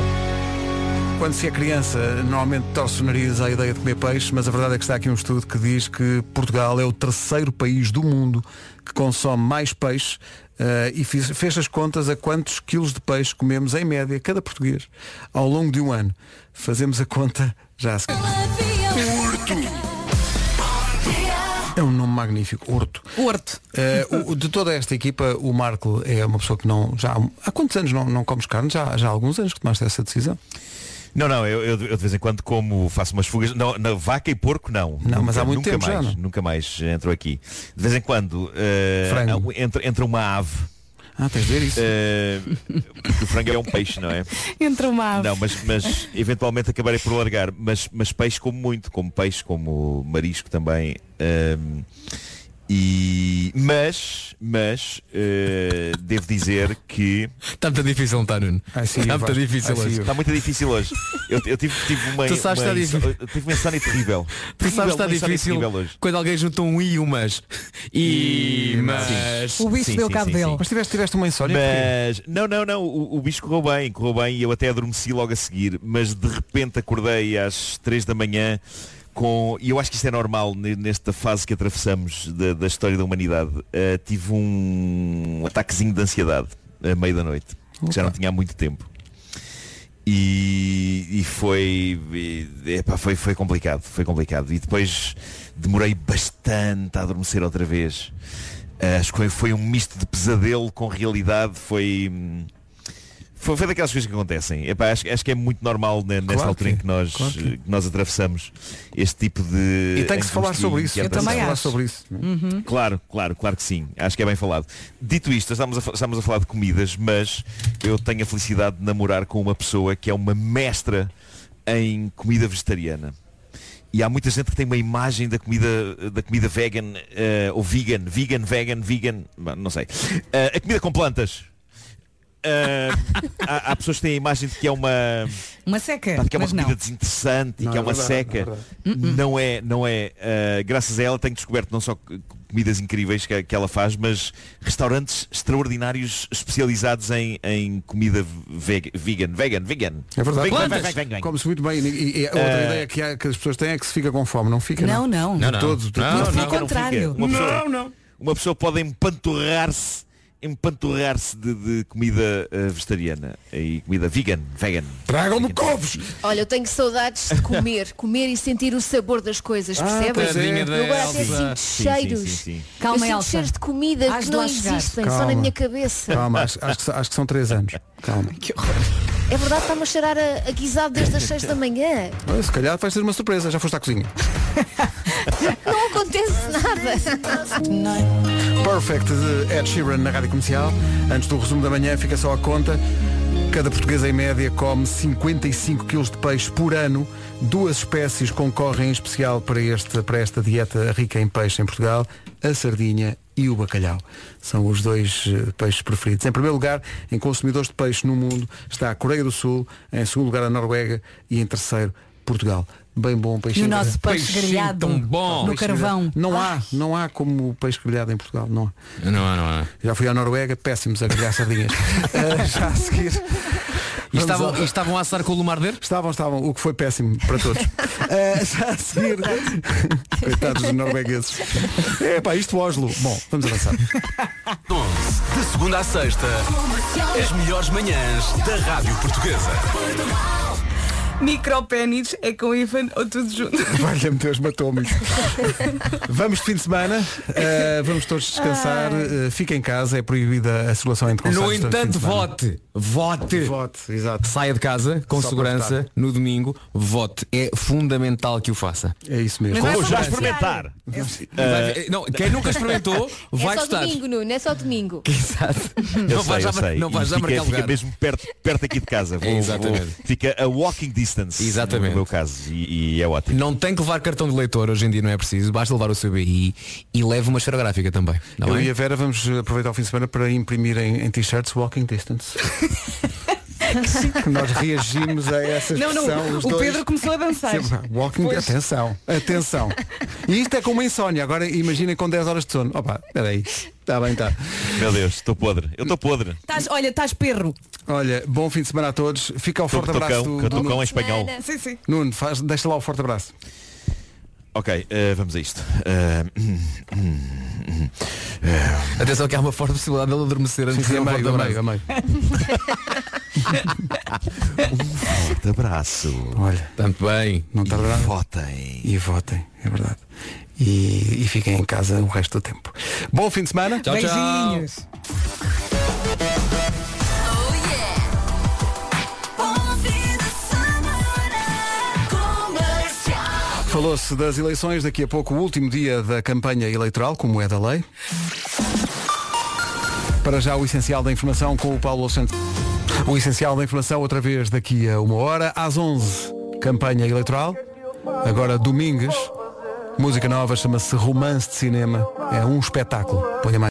S1: Quando se é criança, normalmente torce o nariz à ideia de comer peixe, mas a verdade é que está aqui um estudo que diz que Portugal é o terceiro país do mundo que consome mais peixe eh, e fiz- fez as contas a quantos quilos de peixe comemos em média cada português ao longo de um ano. Fazemos a conta já a seguir. É um nome magnífico, Horto.
S2: Horto.
S1: Eh, o- o- de toda esta equipa, o Marco é uma pessoa que não. Já há, há quantos anos não, não comes carne? Já, já há alguns anos que tomaste essa decisão?
S10: Não, não, eu, eu- eu de vez em quando como, faço umas fugas. Não, na vaca e porco não.
S1: Não, mas há muito
S10: nunca
S1: tempo já,
S10: mais,
S1: não?
S10: Nunca mais entrou aqui. De vez em quando eh,
S1: Frango.
S10: entra, entra uma ave.
S1: Ah, tens de ver isso.
S10: Eh, porque o frango é um peixe, não é?
S2: Entre uma ave.
S10: Não, mas, mas eventualmente acabarei por largar. Mas, mas peixe como muito, como peixe, como marisco também. Ahm, e, mas, mas, eh, devo dizer que...
S12: Está Tá muito difícil, não está, Nuno? Está muito difícil hoje.
S10: Está muito difícil hoje. Eu, eu tive, tive uma,
S12: Tu sabes
S10: uma,
S12: que está difícil.
S10: eu tive uma insónia terrível.
S12: Tu sabes que está
S10: Terrível, uma insónia
S12: difícil
S10: terrível hoje.
S12: quando alguém junta um i e umas. é E mas.
S1: Mas tiveste, tiveste uma insónia.
S10: Mas, não, não, não, o, o bicho correu bem, correu bem e eu até adormeci logo a seguir, mas de repente acordei às 3 da manhã com, e eu acho que isto é normal ne- nesta fase que atravessamos da, da história da humanidade, eh, tive um ataquezinho de ansiedade a meio da noite, que já não tinha há muito tempo. E, e foi, e, epá, foi foi complicado foi complicado e depois demorei bastante a adormecer outra vez acho que foi, foi um misto de pesadelo com realidade foi hum, foi, foi daquelas coisas que acontecem Epá, acho, acho que é muito normal né, nesta
S1: Claro
S10: altura
S1: que
S10: em que nós
S1: claro que é.
S10: que nós atravessamos este tipo de
S1: E tem que se falar
S10: angústia
S1: sobre
S10: e
S1: isso. Eu
S10: inquietação.
S1: também Tem que se falar acho. sobre isso, não é? Uhum.
S10: Claro, claro, claro que sim. Acho que é bem falado. Dito isto, estamos a, fa- estamos a falar de comidas, mas eu tenho a felicidade de namorar com uma pessoa que é uma mestra em comida vegetariana. E há muita gente que tem uma imagem da comida, da comida vegan, eh, ou vegan, vegan, vegan, vegan, bom, não sei. Eh, a comida com plantas. Eh, há, há pessoas que têm a imagem de que é uma,
S2: Uma seca,
S10: pá, de que é uma
S2: mas
S10: comida
S2: não.
S10: desinteressante e
S2: Não,
S10: que é
S2: é
S10: uma
S2: verdade,
S10: seca. Não é, não é. Uh, graças a ela tenho descoberto não só c- comidas incríveis que, que ela faz, mas restaurantes extraordinários especializados em, em comida veg- vegan. Vegan, vegan.
S1: É verdade.
S10: Vegan,
S1: Plantas.
S10: vegan, vegan, vegan.
S1: Come-se muito bem. E, e a outra
S10: Eh,
S1: ideia que, há- que as pessoas têm é que se fica com fome. Não fica,
S2: Não, não. Não,
S1: De
S2: não.
S1: todo, de
S2: Não, não,
S1: todo.
S2: Pelo não, não contrário. fica.
S10: Uma pessoa,
S2: Não, não.
S10: Uma pessoa pode empanturrar-se empanturrar-se de, de comida uh, vegetariana e comida vegan, vegan. Tragam-me couves!
S3: Olha, eu tenho saudades de comer, comer e sentir o sabor das coisas,
S10: Ah,
S3: percebes?
S10: tadinha da
S12: é
S3: eu agora até
S10: Elsa.
S3: sinto
S10: Sim, sim,
S3: cheiros.
S10: sim, sim.
S2: Calma,
S3: eu sinto
S2: Elsa.
S3: cheiros de comida
S2: Hás
S3: que
S2: de lá
S3: não
S2: chegar.
S3: existem, só
S1: Calma.
S3: na minha cabeça.
S1: Calma, acho, acho que, são- acho que são três anos. Calma.
S3: É verdade, está-me a cheirar a, a guisado desde as 6 da manhã.
S1: Olha, Se calhar vais ter uma surpresa. Já foste à cozinha.
S3: Não acontece nada.
S1: Perfect de Ed Sheeran na Rádio Comercial. Antes do resumo da manhã, fica só a conta. Cada português em média come 55 quilos de peixe por ano. Duas espécies concorrem em especial para, este, para esta dieta rica em peixe em Portugal, a sardinha e o bacalhau. São os dois eh, peixes preferidos. Em primeiro lugar, em consumidores de peixe no mundo, está a Coreia do Sul, em segundo lugar a Noruega e em terceiro Portugal. Bem bom peixe.
S2: E o nosso peixe Peixinho grelhado tão bom. no carvão.
S1: Não há, Ah, não há como o peixe grelhado em Portugal, não há.
S12: Não, não, não.
S1: Já fui à Noruega, péssimos a grelhar sardinhas. Ah, já a seguir.
S12: E estavam- e
S1: estavam a assar com o Lumarder? Estavam, estavam, o que foi péssimo para todos. Ah, já a seguir. Coitados dos noruegueses. É pá, isto Oslo. Bom, vamos avançar.
S9: 11. De segunda à sexta, as melhores manhãs da Rádio Portuguesa.
S14: Micropénis é com Ivan ou tudo junto.
S1: Valha-me Deus, matou-me. Vamos de fim de semana, ah, vamos todos descansar. Ah, fica em casa, é proibida a circulação entre
S12: No
S1: concertos durante o fim de
S12: entanto,
S1: semana.
S12: vote. Vote.
S1: Vote, exato.
S12: Saia de casa com
S1: Só para
S12: segurança
S1: votar.
S12: no domingo. Vote. É fundamental que o faça.
S1: É isso mesmo.
S3: Mas vai Vou já balancear. experimentar.
S12: não, quem nunca experimentou vai
S3: é só
S12: gostar.
S3: domingo, Nuno, é só domingo.
S10: Eu
S12: Não
S10: sei,
S12: vais
S10: eu
S12: à mar-
S10: sei.
S12: não
S10: E
S12: vais à
S10: fica,
S12: marcar
S10: fica
S12: lugar.
S10: mesmo perto, perto aqui de casa. Vou-
S12: Exatamente.
S10: vou- fica a walking distance. Exatamente. No meu caso. E, e é ótimo.
S12: Não tem que levar cartão de leitor, hoje em dia não é preciso, basta levar o seu BI e leva uma esferográfica também. Não
S1: Eu
S12: é?
S1: e a Vera vamos eh, aproveitar o fim de semana para imprimir em, em t-shirts Walking Distance. Nós reagimos a essa
S2: Não, não,
S1: expressão. os
S2: o
S1: dois.
S2: Pedro começou a dançar.
S1: Sempre, Walking
S2: Pois.
S1: Atenção, atenção. E isto é como uma insónia. Agora imaginem com 10 horas de sono. Opa, peraí. Está bem, tá. está.
S10: Meu Deus, estou podre. Eu estou podre.
S2: Estás- olha, estás perro.
S1: Olha, bom fim de semana a todos. Fica o forte
S10: Catucão,
S1: abraço do, do
S10: catucão
S1: Nuno.
S10: em
S12: É
S10: espanhol.
S2: Sim, sim.
S1: Nuno, faz, deixa lá o forte abraço.
S10: Ok, eh, vamos a isto. Eh, hum,
S12: Atenção que há uma forte possibilidade dele adormecer antes
S10: sim,
S12: de
S10: a meio, a meio, a
S1: Forte abraço. Olha.
S12: Tanto bem.
S1: Não tardará.
S10: Votem.
S1: E votem, é verdade. e, e fiquem em casa o resto do tempo. Bom fim de semana.
S2: Tchau, tchau. Beijinhos.
S1: Falou-se das eleições, daqui a pouco o último dia da campanha eleitoral, como é da lei. Para já o essencial da informação com o Paulo Santos. O essencial da informação outra vez daqui a uma hora, às 11, campanha eleitoral. Agora Domingues, música nova, chama-se Romance de Cinema. É um espetáculo. Ponha mais